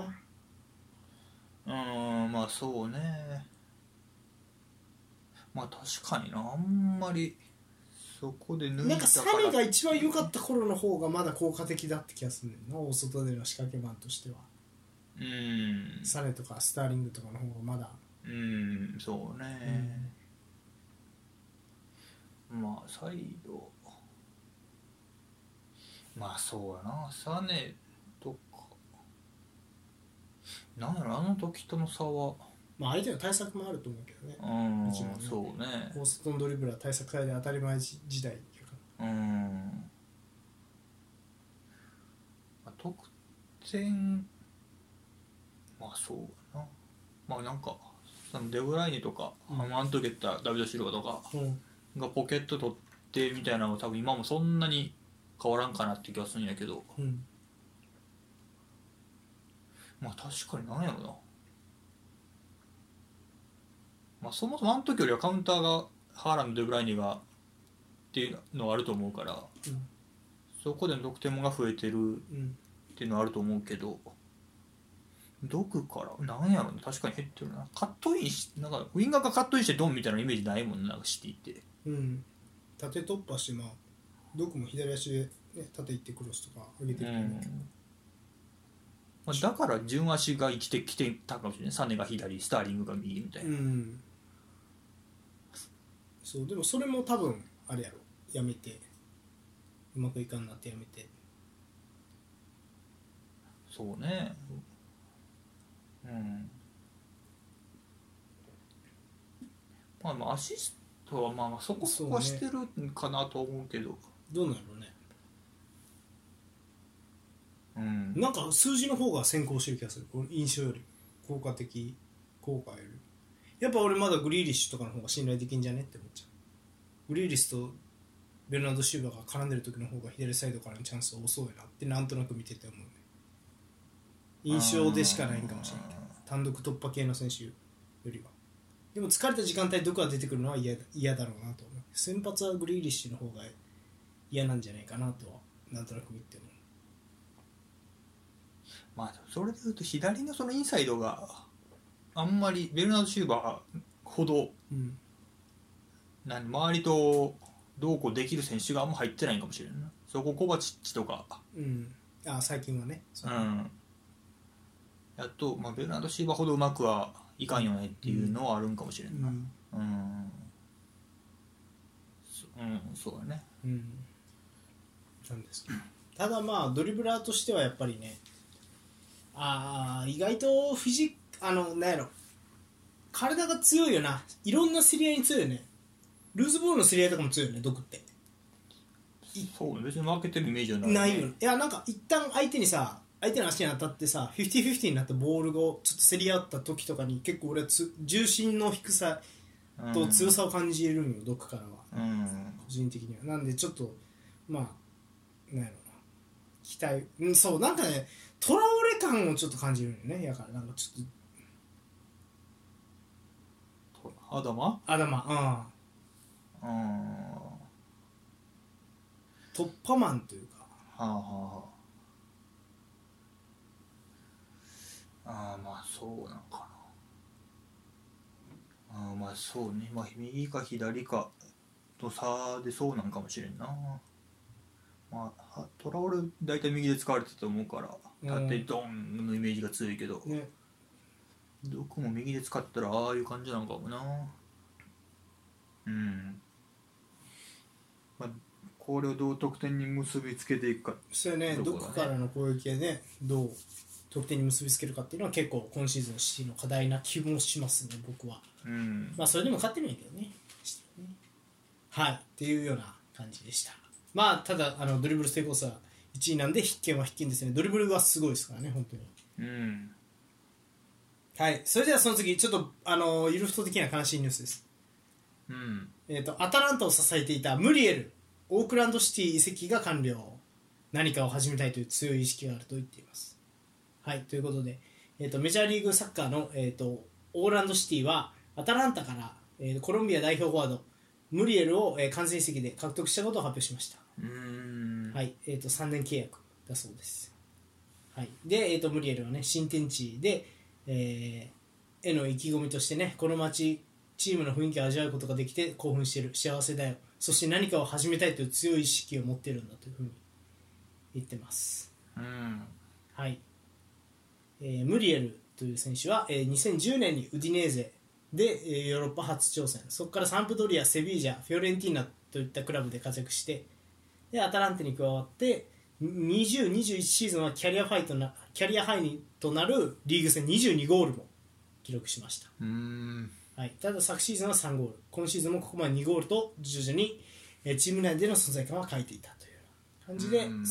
うんまあそうねまあ確かになあんまりそこで抜い
なん
た
か
から
サルが一番良かった頃の方がまだ効果的だって気がするんだよな大外での仕掛けマンとしては
うん
サレとかスターリングとかの方がまだ
うんそうね、まあサイドまあそうやなサネとかなんやろあの時との差は
まあ相手の対策もあると思うけどね
うん
もちろんね
そうね
大外のドリブルは対策されて当たり前時代だから
うんまあ得点まあそうやなまあなんかそのデブライネとか、
うん
ハマントゲッタダビド・シルバとか
うん
がポケット取ってみたいなのは多分今もそんなに変わらんかなって気がするんやけど
うん
まあ確かになんやろなまあそもそもあの時よりはカウンターがハーランド・デブライネがっていうのはあると思うから
うん
そこでの得点が増えてる
うん
っていうのはあると思うけど毒からなんやろね確かに減ってるなカットインしなんかウィンガーがカットインしてドンみたいなイメージないもんななんかシティって
うん縦突破してまあどこも左足で、ね、縦行ってクロスとか上げて
う
くる
んまあ、だから順足が生きてきてたかもしれないサネが左スターリングが右みたいな、
うんそうでもそれも多分あれやろやめてうまくいかんなってやめて
そうねうんまあまあアシストはまあまあそこそこは
そう
し
ね
てるんかなとは思うけど
どうなんやろうね
うん
なんか数字の方が先行してる気がするこの印象より効果的効果よりやっぱ俺まだグリーリッシュとかの方が信頼できんじゃねって思っちゃうグリーリッシュとベルナード・シューバーが絡んでる時の方が左サイドからのチャンス多そうやなってなんとなく見てて思うね印象でしかないんかもしれないけど単独突破系の選手よりはでも疲れた時間帯どこが出てくるのは嫌だ嫌だろうなと思う先発はグリーリッシュの方が嫌なんじゃないかなとはなんとなく見て思う
まあそれでいうと左のそのインサイドがあんまりベルナード・シューバーほど
うん
何周りとどうこうできる選手があんま入ってないんかもしれんなそこコバチッチとか
うんあ最近はね
う
そうん
やっと、まあ、ベルナード・シーバーほどうまくはいかんよねっていうのはあるんかもしれんな
うん
うん、うんそうん、そうだね
うんなんですけどただまあドリブラーとしてはやっぱりねあー意外とフィジあのなんやろ体が強いよないろんな競り合いに強いよねルーズボールの競り合いとかも強いよね毒って
そうね別に負けてるイメージはない,、
ないよ、ね、いやなんか一旦相手にさ相手の足に当たってさ50-50になったボールをちょっと競り合った時とかに結構俺はつ重心の低さ
うん、
と強さを感じるんよ、毒からは
うん
個人的にはなんでちょっとまあなんやろうな期待うんそうなんかねとらわれ感をちょっと感じるんよねやからなんかちょっ
アダマ
と頭
うんは
うん突破マンというか
あはあはああーまあそうなんかなあーまあそうねまあ右か左かと差でそうなんかもしれんなまあはトラオル大体右で使われてたと思うから
うん
縦ドンのイメージが強いけど、
ね
どこも右で使ったらああいう感じなのかもなうんまあこれをどう得点に結びつけていくか
そうやね
どこ
毒
だね
からの攻撃でねどう得点に結びつけるかっていうのは結構今シーズン C の課題な気もしますね僕は
うん
まあそれでも勝ってるんやけどねはいっていうような感じでしたまあただあのドリブル成功数は1位なんで必見は必見ですねドリブルはすごいですからね本当に
うん
はい、それではその次、ちょっと、あのー、ゆるふと的な悲しいニュースです。
うん
えっ、と、アタランタを支えていたムリエル、オークランドシティ移籍が完了。何かを始めたいという強い意識があると言っています。はい、ということで、えっ、と、メジャーリーグサッカーの、えっ、と、オーランドシティは、アタランタから、えーコロンビア代表フォワード、ムリエルを、えー完全移籍で獲得したことを発表しました。
うん
はい、えっ、と、3年契約だそうです。はい、で、えっ、と、ムリエルはね、新天地で、えーへの意気込みとしてねこの街チームの雰囲気を味わうことができて興奮してる幸せだよそして何かを始めたいという強い意識を持ってるんだというふうに言ってます
うん
はい、えームリエルという選手は、えー2010年にウディネーゼで、えーヨーロッパ初挑戦そこからサンプドリアセビージャフィオレンティーナといったクラブで活躍してでアタランテに加わって2021シーズンはキャリアファイトなキャリアハイにとなるリーグ戦22ゴールも記録しました
うん
はい、ただ昨シーズンは3ゴール今シーズンもここまで2ゴールと徐々にえーチーム内での存在感は欠いていたというような感じで、
うん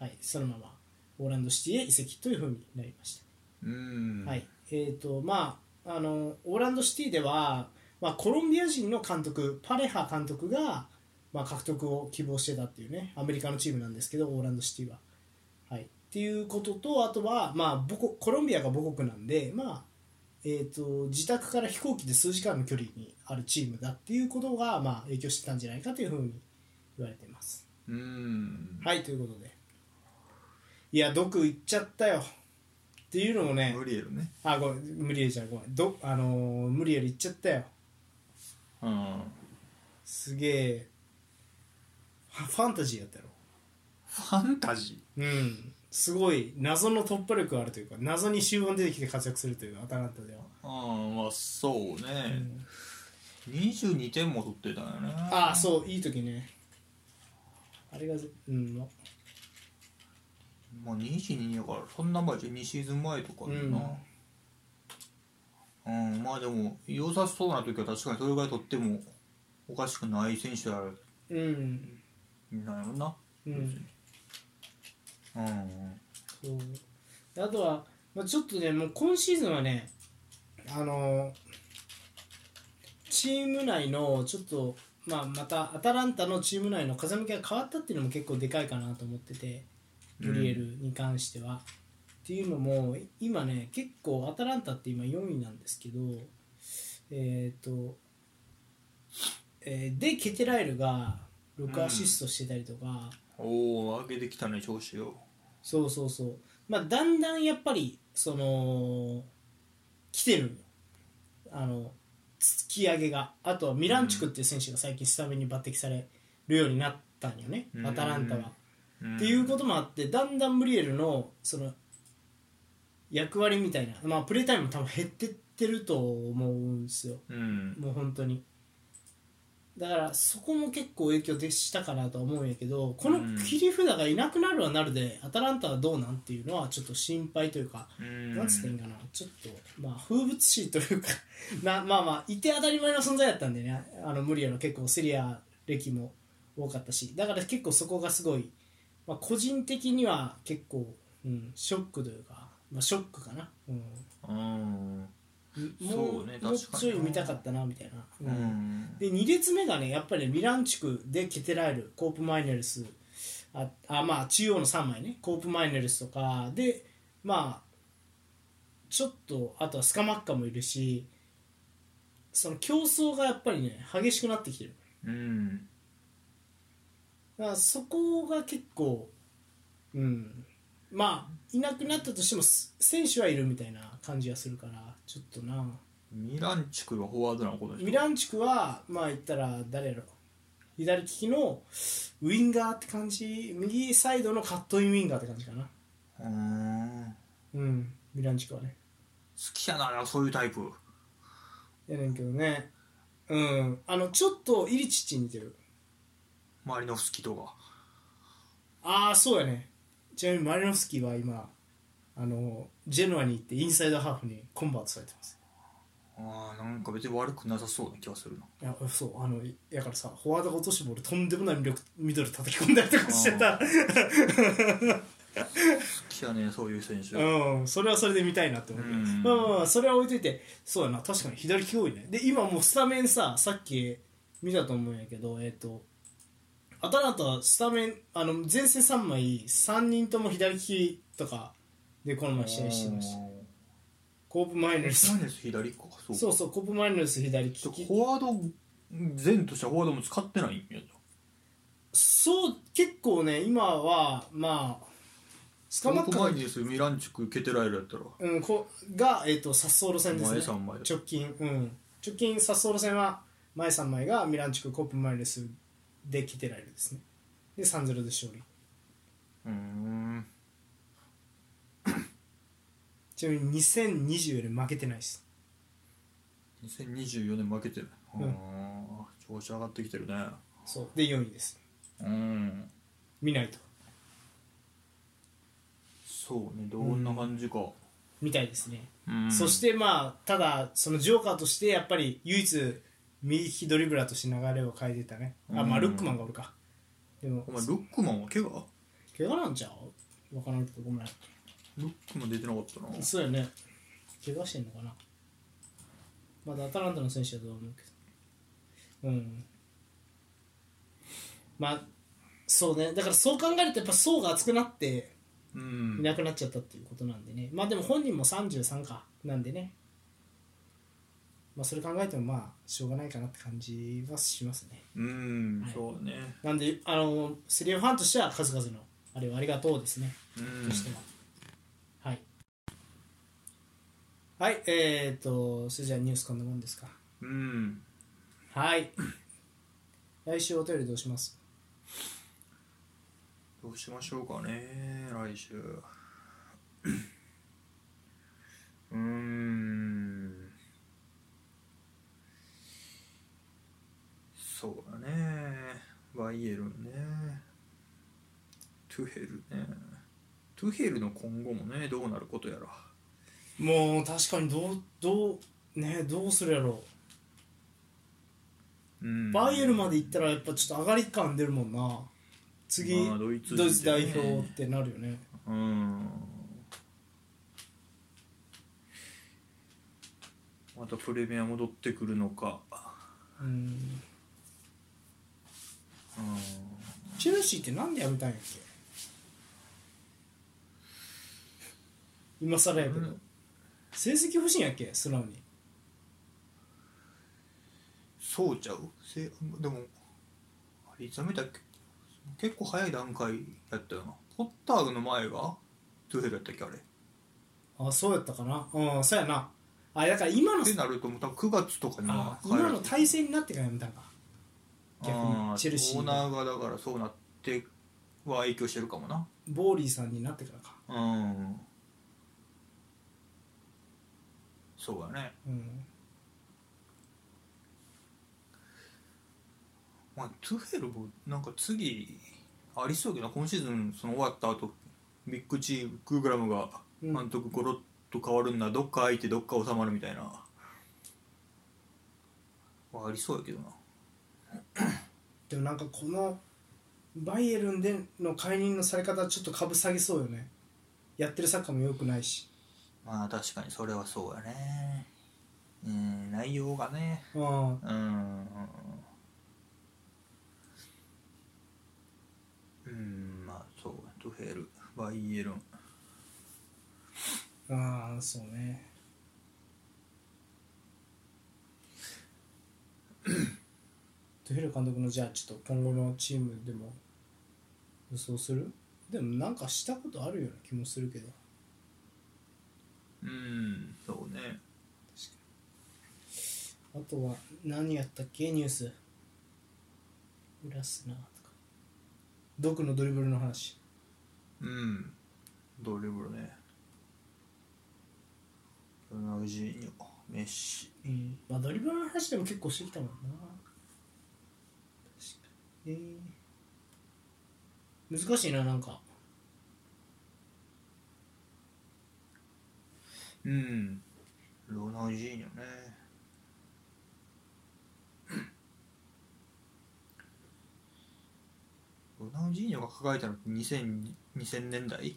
はい、そのままオーランドシティへ移籍というふうになりました、
うん
はいえーとまあ、あのオーランドシティでは、まあ、コロンビア人の監督パレハ監督が、まあ、獲得を希望してたっていうねアメリカのチームなんですけどオーランドシティは。はい、っていうこととあとは、まあ、母国コロンビアが母国なんで、まあえー、と自宅から飛行機で数時間の距離にあるチームだっていうことが、まあ、影響してたんじゃないかというふうに言われています。
うん
はいということでいや毒いっちゃったよっていうのもね
ムリエルね
あごめん無理やりじゃんごめんどあのー無理やりいっちゃったよ
うん
すげえはファンタジーやったやろ
ファンタジ
うんすごい謎の突破力があるというか謎に終盤出てきて活躍するというアタランタでは
ーああまあそうね、22点も取ってたよね
ああそういい時ねあれがぜうんの
まあ22やからそんな前じゃ2シーズン前とかだなうん、まあでも良さそうな時は確かにそれぐらい取ってもおかしくない選手だよ
うん
なんやろな
うん
うん
そうであとは、まあ、ちょっとねもう今シーズンはねあのチーム内のちょっと、まあ、またアタランタのチーム内の風向きが変わったっていうのも結構でかいかなと思っててブリエルに関しては。っていうのも今ね結構アタランタって今4位なんですけどえっ、と、えーでケテラエルが6アシストしてたりとか。
おお上げてきたね調子を
そうそうそうまあだんだんやっぱりその来てるんよあの突き上げがあとはミランチュクっていう選手が最近スタメンに抜擢されるようになったんよね、
うん
アタランタは、
うん
っていうこともあってだんだんムリエルのその役割みたいな、まあ、プレータイムも多分減ってってると思うんですよ
うん
もう本当にだからそこも結構影響でしたかなとは思うんやけどこの切り札がいなくなるはなるで、アタランタはどうなんっていうのはちょっと心配というか、
うん
なんつっていいんかなちょっとまあ風物詩というか なまあまあいて当たり前の存在だったんでねあのムリアの結構セリア歴も多かったしだから結構そこがすごい、まあ、個人的には結構、うん、ショックというか、まあ、ショックかな、うん、
うん
も
そうね確かに
もうちょい見たかったなみたいな。
うん、うん
で2列目がねやっぱりミランチュクでケテラエルコープマイネルスああまあ中央の3枚ねコープマイネルスとかでまあちょっとあとはスカマッカもいるしその競争がやっぱりね激しくなってきてる
うん
だからそこが結構うんまあいなくなったとしてもす選手はいるみたいな感じがするからちょっとな
ミランチュクはフォワードなことでしょ
ミランチュクはまあ言ったら誰やろ左利きのウインガーって感じ右サイドのカットインウインガーって感じかな
うん
うんミランチュクはね
好きやなそういうタイプ
やねんけどねうんあのちょっとイリチッチに似てる
マリノフスキとか
ああそうやねちなみにマリノフスキーは今あのジェノアに行ってインサイドハーフにコンバートされてます
あーなんか別に悪くなさそうな気がするない
やそうあのやからさフォワードが落としボールとんでもないミドルミドル叩き込んだりとかしてた
好きやねそういう選手
うん、それはそれで見たいなって思うけど、
うん
まあまあまあそれは置いといてそうだな確かに左利き多いねで今もうスタメンささっき見たと思うんやけどえっ、とアタランタはスタメンあの前線3枚3人とも左利きとかでこの前試合してました
た
コープマイネルス
マイネス左かそう
そうそうコープマイネルス左利
ちょっと
き
フォワード前としてはフォワードも使ってないんやじゃ
そう結構ね今はまあ捕まっ
僕
た
前
の
にですよミランチュクケテラエルやったら
うん、こが、えー、とサッソーロ戦ですね
前三枚
直近、うん、直近サッソーロ戦は前3枚がミランチュクコップマイレスで来てられるですねで3-0で勝利
うーん
ちなみに2020より負けてないです
2024年負けてる
ん
あー調子上がってきてるね
そうで4位です
うん
見ないと
そうねどんな感じか
みたいですね、
うん
そしてまあただそのジョーカーとしてやっぱり唯一右利きドリブラーとして流れを変えてたねあまあ
うん
ルックマンがおるかでも
お前ルックマンは怪我
怪我なんちゃうわからんけどごめん
ルックマン出てなかったな
そうやね怪我してんのかなまだアタランタの選手だと思うけどうんまあそうねだからそう考えるとやっぱ層が厚くなってい
うん
なくなっちゃったっていうことなんでねまあでも本人も33かなんでねまあそれ考えてもまあしょうがないかなって感じはしますね
うん
はい
そうね
なんであのセリアファンとしては数々のあれをありがとうですね
うん
としては、はいはいえっ、ー、とそれじゃあニュースこんなもんですか
うん
はい来週お便りどうします
どうしましょうかね来週 うーんそうだねバイエルンねトゥヘルねトゥヘルの今後もねどうなることやら
もう確かにどうどうねどうするやろ
うん
うバイエルまで行ったらやっぱちょっと上がり感出るもんな次、
まあドイツ
ドイツ代
ね
表ってなるよね
うんまたプレミア戻ってくるのか
うん
うん
チェルシーってなんでやめたんやっけ今更やけど、
うん
成績欲しいんやっけ素直に
そうちゃうせでもあれいつやめたっけ結構早い段階やったよなポッターの前がトゥヘルやったっけあれっ
あそうやったかなうんそうやなあだから今の
てなるともう多分9月とかに
あ
は帰
今
ら
の体制になってからやめたんか逆
あ
にチェルシ
オ
ー
ー
が
ナーがだからそうなっては影響してるかもな
ボーリーさんになってからか
うんそうだね
うん
まあトゥヘルもなんか次ありそうやけどな今シーズンその終わった後ビッグチームクーグラムが
うん
監督ゴロッと変わるんだどっか空いてどっか収まるみたいな、まあ、ありそうやけどな
でもなんかこのバイエルンでの解任のされ方はちょっと株下げそうよねやってるサッカーも良くないし
まあ確かにそれはそうやねうん内容がね
うん
うんうんまあそうトゥヘルバイエルン
ああそうね トゥヘル監督のじゃあちょっと今後のチームでも予想するでもなんかしたことあるような気もするけど
うんそうね
あとは何やったっけニュースラスナーとか毒のドリブルの話
うんドリブルねロナウジーニョメッシ
うんまあドリブルの話でも結構してきたもんな確かに、えー難しいななんか
うんロナウジーニョねロナウジーニョが抱えたのって2000 2000年代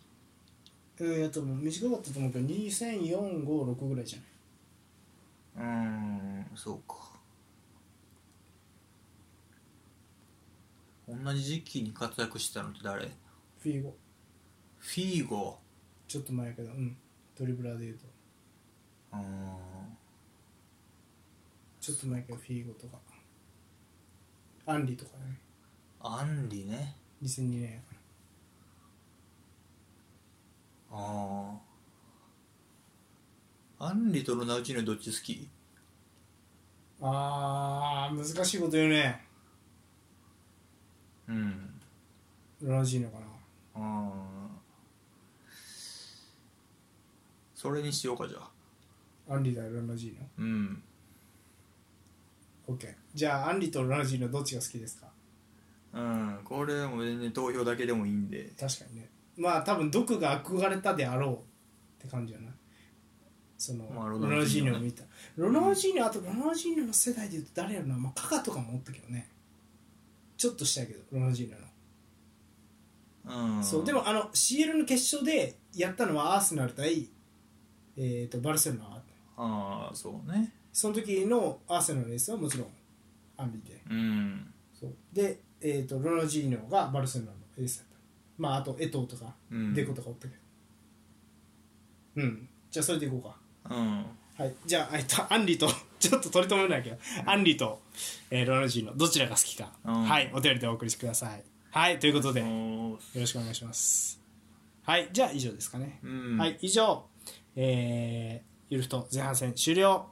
うん、やっともう短かったと思うけど20456ぐらいじゃないう
ーんそうか同じ時期に活躍してたのって誰フ
フィーゴ
ィーゴ
ちょっと前やけどうんドリブラーで言うと
うーん
ちょっと前やけどフィーゴとかアンリとかね
アンリね
2002年やか
バンリとロナウチーニョどっち好き
あー難しいこと言うね
うん
ロナウジーノかな
あそれにしようかじゃあ
アンリだよロナウジーノ
うん
オッケーじゃあアンリとロナウジーノどっちが好きですか
うんこれも全然投票だけでもいいんで
確かにねまあ多分毒が憧れたであろうって感じじゃないその、
まあ
ロ
ロ
ナ
ナ
ウ
ウ
ジ
ジ
ー
ー
ニ
ニョね
ョを見たロナウジーニョあとロナウジーニョの世代で言うと誰やろな、まあ、カカとかもおったけどねちょっとしたけどロナウジーニョの、
うん
そうでもあの CL の決勝でやったのはアーセナル対、えー、とバルセロナ
ああそうね
その時のアーセナルのレースはもちろんアンビで
うん
そうで、えー、とロナウジーニョがバルセロナのエースだったまああと江藤とか
うん
デコとかおったけどうん、じゃあそれでいこうか
うん
はいじゃあえっとアンリと ちょっと取り留めないけど、アンリと、えーロナウジーニョどちらが好きか、
うん
はいお便りでお送りしてくださいはいということで、よ
おー
ろしくお願いしますはいじゃあ以上ですかね、
うん
はい以上えーゆるふと前半戦終了